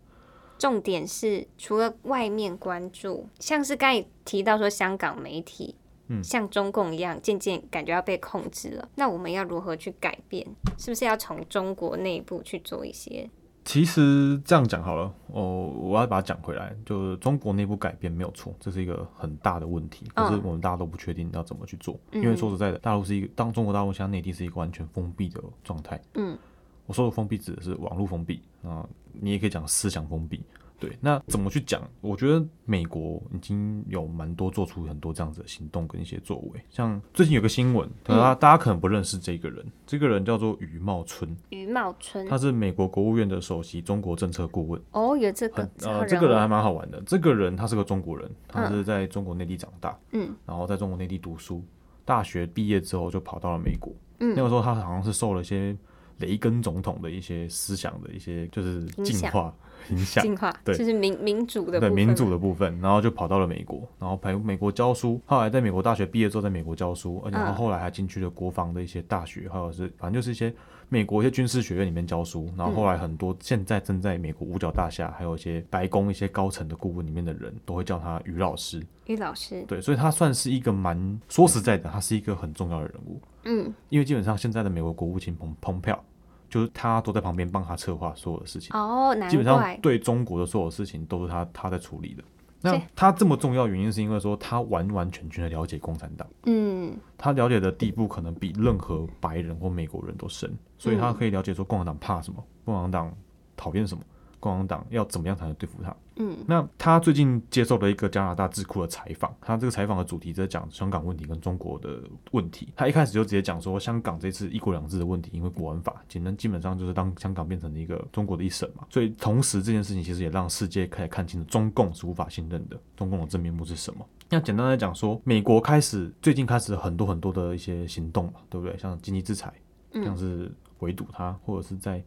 [SPEAKER 1] 重点是除了外面关注，像是刚才提到说香港媒体，
[SPEAKER 2] 嗯
[SPEAKER 1] 像中共一样，渐渐感觉要被控制了。那我们要如何去改变？是不是要从中国内部去做一些？
[SPEAKER 2] 其实这样讲好了，哦，我要把它讲回来，就是中国内部改变没有错，这是一个很大的问题，可
[SPEAKER 1] 嗯
[SPEAKER 2] 是我们大家都不确定要怎么去做，因为说实在的，大陆是一个当中国大陆现在内地是一个完全封闭的状态。
[SPEAKER 1] 嗯，
[SPEAKER 2] 我说的封闭指的是网络封闭啊，你也可以讲思想封闭。对，那怎么去讲？我觉得美国已经有蛮多做出很多这样子的行动跟一些作为，像最近有个新闻，大
[SPEAKER 1] 嗯
[SPEAKER 2] 家、大家可能不认识这个人，这个人叫做余茂春，
[SPEAKER 1] 余茂春
[SPEAKER 2] 他是美国国务院的首席中国政策顾问。
[SPEAKER 1] 哦，有这个
[SPEAKER 2] 很呃，
[SPEAKER 1] 号
[SPEAKER 2] 这个人
[SPEAKER 1] 人哦
[SPEAKER 2] 还
[SPEAKER 1] 物
[SPEAKER 2] 蛮好玩的。这个人他是个中国人，他是在中国内地长大，
[SPEAKER 1] 嗯，
[SPEAKER 2] 然后在中国内地读书，大学毕业之后就跑到了美国。
[SPEAKER 1] 嗯
[SPEAKER 2] 那个时候他好像是受了一些雷根总统的一些思想的一些就是进化影响，
[SPEAKER 1] 进化，
[SPEAKER 2] 对
[SPEAKER 1] 就是民民主的部
[SPEAKER 2] 对
[SPEAKER 1] 分啊
[SPEAKER 2] 民主的部分，然后就跑到了美国，然后陪美国教书。后来在美国大学毕业之后，在美国教书，而且他
[SPEAKER 1] 嗯
[SPEAKER 2] 后来还进去了国防的一些大学，还有是反正就是一些美国一些军事学院里面教书。然后后来很多现在正在美国五角大厦，还有一些白宫一些高层的顾问里面的人都会叫他于老师。
[SPEAKER 1] 余老师，
[SPEAKER 2] 对，所以他算是一个蛮说实在的，他是一个很重要的人物。
[SPEAKER 1] 嗯，
[SPEAKER 2] 因为基本上现在的美国国务卿蓬蓬佩奥，就是他都在旁边帮他策划所有的事情。
[SPEAKER 1] 哦，难
[SPEAKER 2] 基本上
[SPEAKER 1] 怪，
[SPEAKER 2] 对中国的所有事情都是他他在处理的。那
[SPEAKER 1] 对
[SPEAKER 2] 他这么重要，原因是因为说他完完全全的了解共产党，
[SPEAKER 1] 嗯
[SPEAKER 2] 他了解的地步可能比任何白人或美国人都深，所以
[SPEAKER 1] 嗯
[SPEAKER 2] 他可以了解说共产党怕什么，共产党讨厌什么，共产党要怎么样才能对付他。
[SPEAKER 1] 嗯
[SPEAKER 2] 那他最近接受了一个加拿大智库的采访，他这个采访的主题在讲香港问题跟中国的问题。他一开始就直接讲说，香港这次一国两制的问题，因为国安法，简单基本上就是当香港变成了一个中国的一省嘛。所以同时这件事情其实也让世界开始看清了中共是无法信任的，中共的真面目是什么。那简单来讲说，美国开始最近开始很多很多的一些行动嘛，对不对？像经济制裁，像是围堵他，或者是在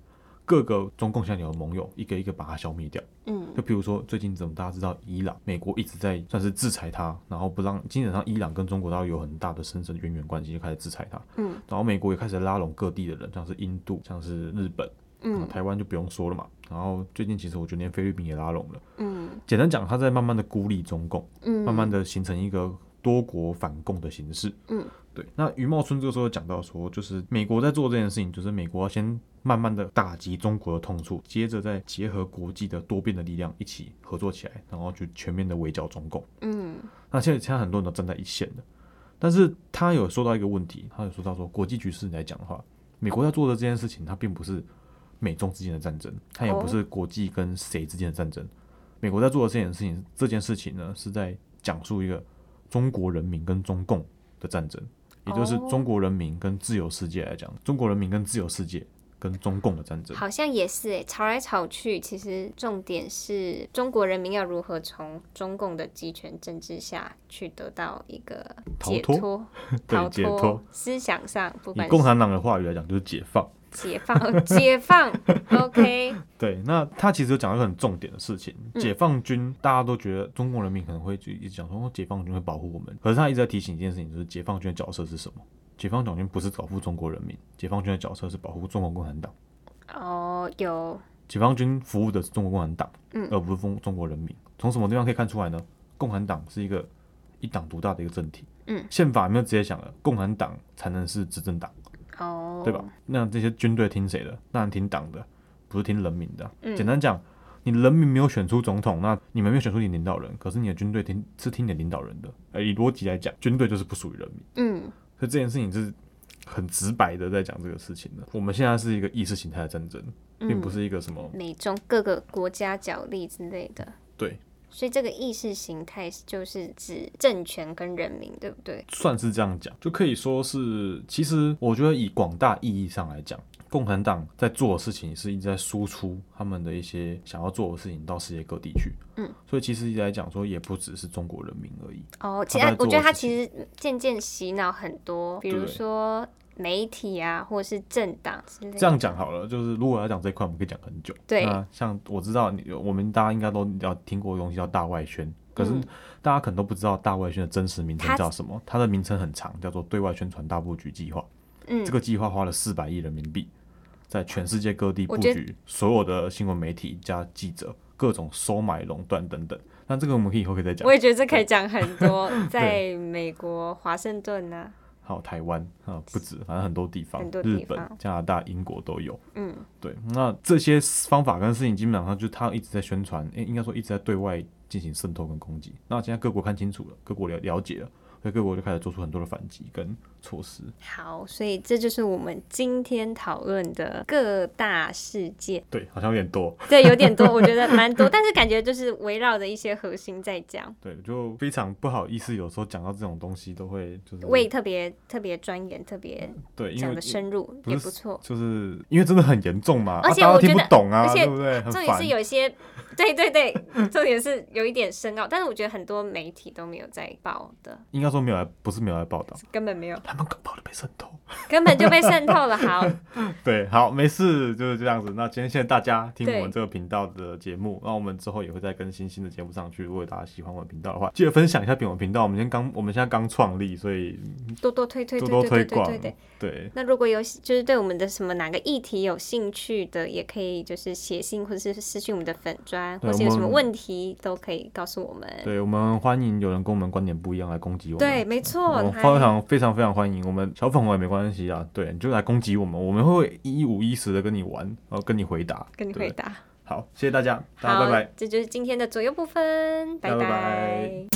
[SPEAKER 2] 各个中共下面有盟友，一个一个把它消灭掉。
[SPEAKER 1] 嗯
[SPEAKER 2] 就比如说最近怎么大家知道伊朗，美国一直在算是制裁它，然后不让基本上伊朗跟中国大陆有很大的深层渊源关系，就开始制裁它。
[SPEAKER 1] 嗯，
[SPEAKER 2] 然后美国也开始拉拢各地的人，像是印度，像是日本，
[SPEAKER 1] 嗯，
[SPEAKER 2] 台湾就不用说了嘛。然后最近其实我觉得连菲律宾也拉拢了。
[SPEAKER 1] 嗯
[SPEAKER 2] 简单讲，他在慢慢的孤立中共，
[SPEAKER 1] 嗯，
[SPEAKER 2] 慢慢的形成一个多国反共的形式。
[SPEAKER 1] 嗯，
[SPEAKER 2] 对。那余茂春这个时候讲到说，就是美国在做这件事情，就是美国要先慢慢的打击中国的痛处，接着再结合国际的多边的力量一起合作起来，然后去全面的围剿中共。
[SPEAKER 1] 嗯
[SPEAKER 2] 那现在现在很多人都站在一线的，但是他有说到一个问题，他有说到说国际局势来讲的话，美国要做的这件事情，它并不是美中之间的战争，它也
[SPEAKER 1] 哦
[SPEAKER 2] 不是国际跟谁之间的战争。美国在做的这件事情，这件事情呢，是在讲述一个中国人民跟中共的战争，也就是
[SPEAKER 1] 哦
[SPEAKER 2] 中国人民跟自由世界来讲，中国人民跟自由世界跟中共的战争。
[SPEAKER 1] 好像也是诶，欸吵来吵去，其实重点是中国人民要如何从中共的集权政治下去得到一个
[SPEAKER 2] 逃
[SPEAKER 1] 解
[SPEAKER 2] 脱，
[SPEAKER 1] 脱
[SPEAKER 2] *laughs* 对解脱
[SPEAKER 1] 思想上，不
[SPEAKER 2] 以
[SPEAKER 1] 管
[SPEAKER 2] 共
[SPEAKER 1] 是
[SPEAKER 2] 产党的话语来讲，就是解放。
[SPEAKER 1] 解
[SPEAKER 2] *laughs*
[SPEAKER 1] 放，解放，OK，
[SPEAKER 2] 对，那他其实有讲到一个很重点的事情，
[SPEAKER 1] 嗯
[SPEAKER 2] 解放军大家都觉得中国人民可能会就一直讲说、哦解放军会保护我们，可是他一直在提醒一件事情，就是解放军的角色是什么？解放军不是保护中国人民，解放军的角色是保护中国共产党。
[SPEAKER 1] 哦，有
[SPEAKER 2] 解放军服务的是中国共产党，
[SPEAKER 1] 嗯
[SPEAKER 2] 而不是中中国人民。从什么地方可以看出来呢？共产党是一个一党独大的一个政体，
[SPEAKER 1] 嗯，
[SPEAKER 2] 宪法里面直接讲了，共产党才能是执政党。
[SPEAKER 1] 哦，
[SPEAKER 2] 对吧？？那这些军队听谁的？当然听党的，不是听人民的。
[SPEAKER 1] 嗯
[SPEAKER 2] 简单讲，你人民没有选出总统，那你们没有选出你领导人，可是你的军队听呃是听你的领导人的。而以逻辑来讲，军队就是不属于人民，
[SPEAKER 1] 嗯，
[SPEAKER 2] 所以这件事情是很直白的在讲这个事情了。我们现在是一个意识形态的战争，
[SPEAKER 1] 嗯
[SPEAKER 2] 并不是一个什么
[SPEAKER 1] 美中各个国家角力之类的。
[SPEAKER 2] 对，
[SPEAKER 1] 所以这个意识形态就是指政权跟人民，对不对？
[SPEAKER 2] 算是这样讲，就可以说是，其实我觉得以广大意义上来讲，共产党在做的事情是一直在输出他们的一些想要做的事情到世界各地去。
[SPEAKER 1] 嗯，
[SPEAKER 2] 所以其实来讲说，也不只是中国人民而已。
[SPEAKER 1] 哦，其实
[SPEAKER 2] 他在
[SPEAKER 1] 我
[SPEAKER 2] 做
[SPEAKER 1] 觉得他
[SPEAKER 2] 的事
[SPEAKER 1] 其实渐渐洗脑很多，比如
[SPEAKER 2] 对
[SPEAKER 1] 说媒体啊，或者是政党之类的。
[SPEAKER 2] 这样啊讲好了，就是如果要讲这一块，我们可以讲很久。
[SPEAKER 1] 对
[SPEAKER 2] 那像我知道你，我们大家应该都要听过一个东西叫大外宣，可是
[SPEAKER 1] 嗯
[SPEAKER 2] 大家可能都不知道大外宣的真实名
[SPEAKER 1] 它
[SPEAKER 2] 称叫什么。它的名称很长，叫做对外宣传大布局计划。
[SPEAKER 1] 嗯
[SPEAKER 2] 这个计划花了四百亿人民币，在全世界各地
[SPEAKER 1] 我
[SPEAKER 2] 布
[SPEAKER 1] 觉得
[SPEAKER 2] 局所有的新闻媒体加记者，各种收买、垄断等等。那这个我们可以以后可以再讲
[SPEAKER 1] 我。也觉得这可以讲很
[SPEAKER 2] *laughs*
[SPEAKER 1] 多，在美国华盛顿啊呢、
[SPEAKER 2] 还有台湾啊，不止，反正很多地方，
[SPEAKER 1] 很多地
[SPEAKER 2] 日
[SPEAKER 1] 方
[SPEAKER 2] 本、加拿大、英国都有。
[SPEAKER 1] 嗯，
[SPEAKER 2] 对，那这些方法跟事情基本上就是他一直在宣传，诶，应该说一直在对外进行渗透跟攻击。那现在各国看清楚了，各国了了解了，所以各国就开始做出很多的反击跟措施。
[SPEAKER 1] 好，所以这就是我们今天讨论的各大事件。
[SPEAKER 2] 对，好像有点多，
[SPEAKER 1] 对，有点多，我觉得蛮多，但是感觉就是围绕着一些核心在讲。
[SPEAKER 2] 对，就非常不好意思，有时候讲到这种东西都会就是
[SPEAKER 1] 我也特别特别钻研，特别
[SPEAKER 2] 对，因
[SPEAKER 1] 讲
[SPEAKER 2] 为
[SPEAKER 1] 的深入，
[SPEAKER 2] 不
[SPEAKER 1] 也
[SPEAKER 2] 是
[SPEAKER 1] 不错。
[SPEAKER 2] 就是因为真的很严重嘛，
[SPEAKER 1] 而且
[SPEAKER 2] 啊、大家
[SPEAKER 1] 我
[SPEAKER 2] 都
[SPEAKER 1] 觉
[SPEAKER 2] 听不
[SPEAKER 1] 得
[SPEAKER 2] 懂啊，
[SPEAKER 1] 而且
[SPEAKER 2] 对不对？很
[SPEAKER 1] 重点
[SPEAKER 2] 烦
[SPEAKER 1] 是有一些， *laughs* 对对对，重点是有一点深奥，但是我觉得很多媒体都没有在报的，
[SPEAKER 2] 应该说没有来，不是没有来报道，
[SPEAKER 1] 根本没有，
[SPEAKER 2] 他们搞不好就被渗透。
[SPEAKER 1] 根本就被渗透了。
[SPEAKER 2] *laughs*
[SPEAKER 1] 好，
[SPEAKER 2] 对，好，没事，就是这样子。那今天谢谢大家听
[SPEAKER 1] 对
[SPEAKER 2] 我们这个频道的节目，那我们之后也会再更新新的节目上去。如果大家喜欢我们频道的话，记得分享一下我们频道。我们今天刚，我们现在刚创立，所以
[SPEAKER 1] 多多推推推
[SPEAKER 2] 多多
[SPEAKER 1] 推
[SPEAKER 2] 推
[SPEAKER 1] 推
[SPEAKER 2] 广。
[SPEAKER 1] 推推。
[SPEAKER 2] 对，
[SPEAKER 1] 那如果有就是对我们的什么哪个议题有兴趣的，也可以就是写信或者是私信我们的粉砖，
[SPEAKER 2] 对
[SPEAKER 1] 或是有
[SPEAKER 2] 我
[SPEAKER 1] 什
[SPEAKER 2] 们
[SPEAKER 1] 么问题都可以告诉我们。
[SPEAKER 2] 对我们欢迎有人跟我们观点不一样来攻击我们。
[SPEAKER 1] 对，没
[SPEAKER 2] 我
[SPEAKER 1] 错，
[SPEAKER 2] 们
[SPEAKER 1] 还
[SPEAKER 2] 非常非常非常欢迎，我们小粉红也没关系啊，对，你就来攻击我们，我们会一五一十的跟你玩，然后跟你回答，
[SPEAKER 1] 跟你
[SPEAKER 2] 对
[SPEAKER 1] 回答。
[SPEAKER 2] 好，谢谢大家，大
[SPEAKER 1] 好，
[SPEAKER 2] 家拜拜。
[SPEAKER 1] 这就是今天的左右部分，
[SPEAKER 2] 大家拜
[SPEAKER 1] 拜
[SPEAKER 2] 拜